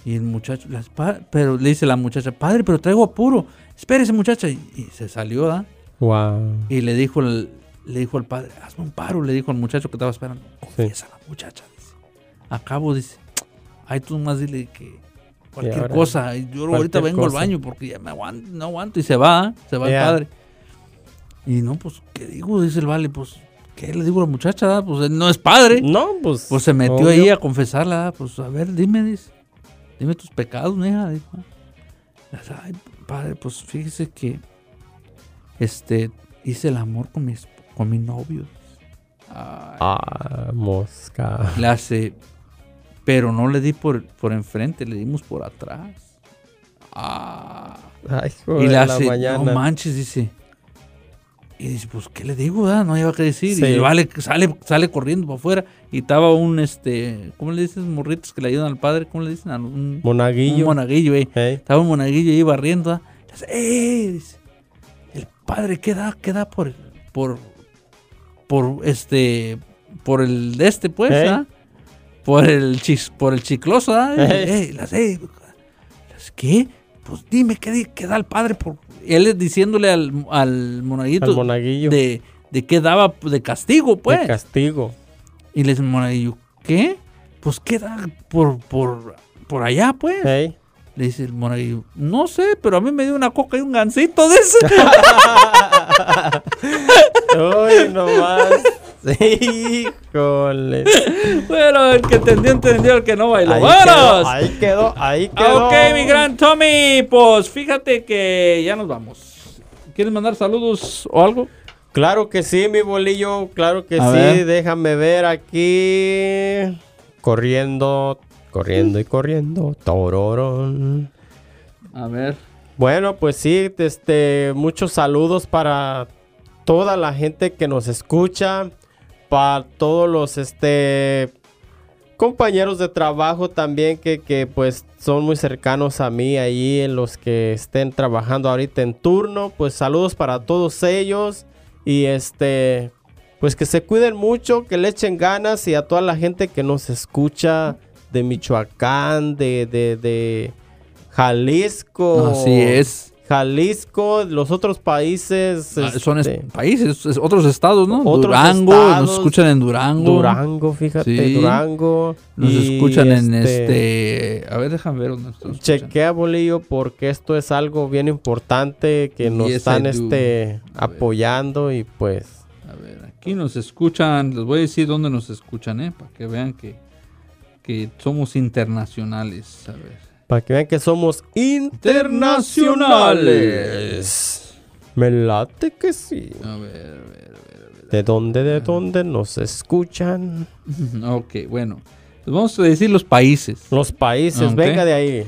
S1: Y el muchacho, las pa- pero le dice la muchacha, padre, pero traigo apuro, espérese muchacha. Y, y se salió, ¿verdad?
S2: Wow.
S1: Y le dijo, el, le dijo al padre, hazme un paro, le dijo al muchacho que estaba esperando. Confiesa a la muchacha, dice. Acabo, dice, ay, tú más dile que cualquier
S2: ahora,
S1: cosa, y yo ahorita
S2: cualquier
S1: vengo
S2: cosa.
S1: al baño porque ya me aguanto, no aguanto, y se va, se va
S2: Ya.
S1: el padre. Y no, pues, ¿qué digo? Dice el vale, pues, ¿qué le digo a la muchacha? da? Pues él no es padre.
S2: No, pues.
S1: Pues se metió
S2: obvio.
S1: ahí a confesarla, da, pues, a ver, dime, dice, dime tus pecados, mija. dijo. Las- Ay, padre, pues fíjese que, este, hice el amor con mi, esp- con mi novio. Ay.
S2: Ah, mosca.
S1: Le hace, pero no le di por, por enfrente, le dimos por atrás. Ah.
S2: Ay,
S1: Y
S2: joder,
S1: le
S2: la
S1: hace, no
S2: mañana.
S1: manches, dice. Y dice, pues, ¿qué le digo? da? No lleva que decir.
S2: Sí.
S1: Y vale, sale, sale corriendo para afuera. Y estaba un, este, ¿cómo le dicen? Morritos que le ayudan al padre, ¿cómo le dicen? A un, un
S2: Monaguillo.
S1: monaguillo, eh.
S2: Ey.
S1: Estaba un monaguillo ahí barriendo. ¿ah? Le hace, "Eh", dice, el padre queda, queda por, por, por este, por el de este, pues,
S2: Ey.
S1: ¿ah? por el chis, por el chicloso, ¿ah? Y,
S2: Ey.
S1: "Eh", las, "Eh", las, ¿qué? Pues dime qué, di- qué da el padre por. Él es diciéndole al, al monaguito
S2: Al monaguillo. De,
S1: de, de qué daba de castigo, pues.
S2: castigo.
S1: y les monaguillo, ¿qué? Pues qué da por, por, por allá, pues.
S2: Ey.
S1: Le dice el monaguillo, no sé, pero a mí me dio una coca y un gansito de ese.
S2: Uy, nomás. Híjole.
S1: bueno, el que entendió, entendió, el que no bailó.
S2: Ahí
S1: ¡Vámonos!
S2: quedó, ahí quedó, ahí
S1: Ah,
S2: quedó.
S1: ok, mi gran Tommy, pues fíjate que ya nos vamos. ¿Quieres mandar saludos o algo?
S2: Claro que sí, mi bolillo, claro que
S1: A
S2: sí.
S1: ver.
S2: Déjame ver aquí. Corriendo, corriendo y corriendo. Tororón.
S1: A ver.
S2: Bueno, pues sí, este, muchos saludos para toda la gente que nos escucha, para todos los este, compañeros de trabajo también que, que, pues son muy cercanos a mí ahí, en los que estén trabajando ahorita en turno, pues saludos para todos ellos y este, pues que se cuiden mucho, que le echen ganas y a toda la gente que nos escucha de Michoacán, de... de, de Jalisco.
S1: Así es.
S2: Jalisco, los otros países.
S1: Ah, Son es-
S2: este,
S1: países, es- otros estados, ¿no?
S2: Otros
S1: Durango, nos
S2: estados.
S1: escuchan en Durango.
S2: Durango, fíjate,
S1: Sí.
S2: Durango.
S1: Nos
S2: y,
S1: escuchan en este... A ver, déjame ver dónde nos escuchan.
S2: Chequea, Bolillo, porque esto es algo bien importante que nos
S1: Yes, I
S2: están
S1: do.
S2: este,
S1: A ver.
S2: apoyando y pues.
S1: A ver, aquí nos escuchan, les voy a decir dónde nos escuchan, ¿eh? Para que vean que, que somos internacionales. A ver.
S2: Para que vean que somos internacionales.
S1: Internacionales.
S2: Me late que sí.
S1: A ver, a ver, a ver.
S2: ¿De dónde, de dónde nos escuchan?
S1: Ok, bueno. Les vamos a decir los países.
S2: Los países,
S1: Ok.
S2: venga de ahí.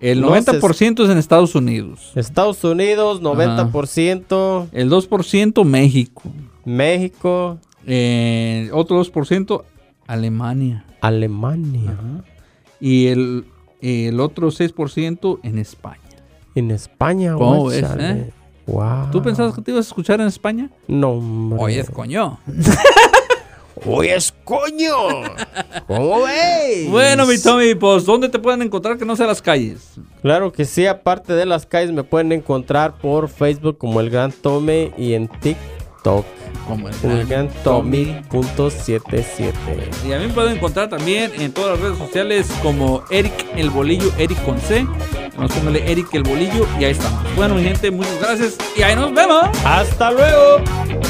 S1: El
S2: No se es-
S1: 90% es en Estados Unidos.
S2: Estados Unidos, 90%.
S1: El 2% México.
S2: México,
S1: Eh, otro 2% Alemania.
S2: Alemania,
S1: Y el, el otro 6% en España.
S2: en España.
S1: ¿Cómo
S2: guáchale.
S1: ves, eh?
S2: Guau.
S1: ¿Tú pensabas que te ibas a escuchar en España?
S2: No, hombre.
S1: Oye, coño.
S2: Oye, es coño. ¿Cómo ves?
S1: Bueno, mi Tommy, pues, ¿dónde te pueden encontrar que no sea las calles?
S2: Claro que sí, aparte de las calles me pueden encontrar por Facebook como El Gran Tome y en TikTok
S1: Como el
S2: El Gran
S1: Tommy.
S2: Tome.77.
S1: Y a mí me pueden encontrar también en todas las redes sociales como Eric El Bolillo, Eric con C. Vamos a ponerle Eric el bolillo y ahí estamos. Bueno, mi gente, muchas gracias y ahí nos vemos.
S2: Hasta luego.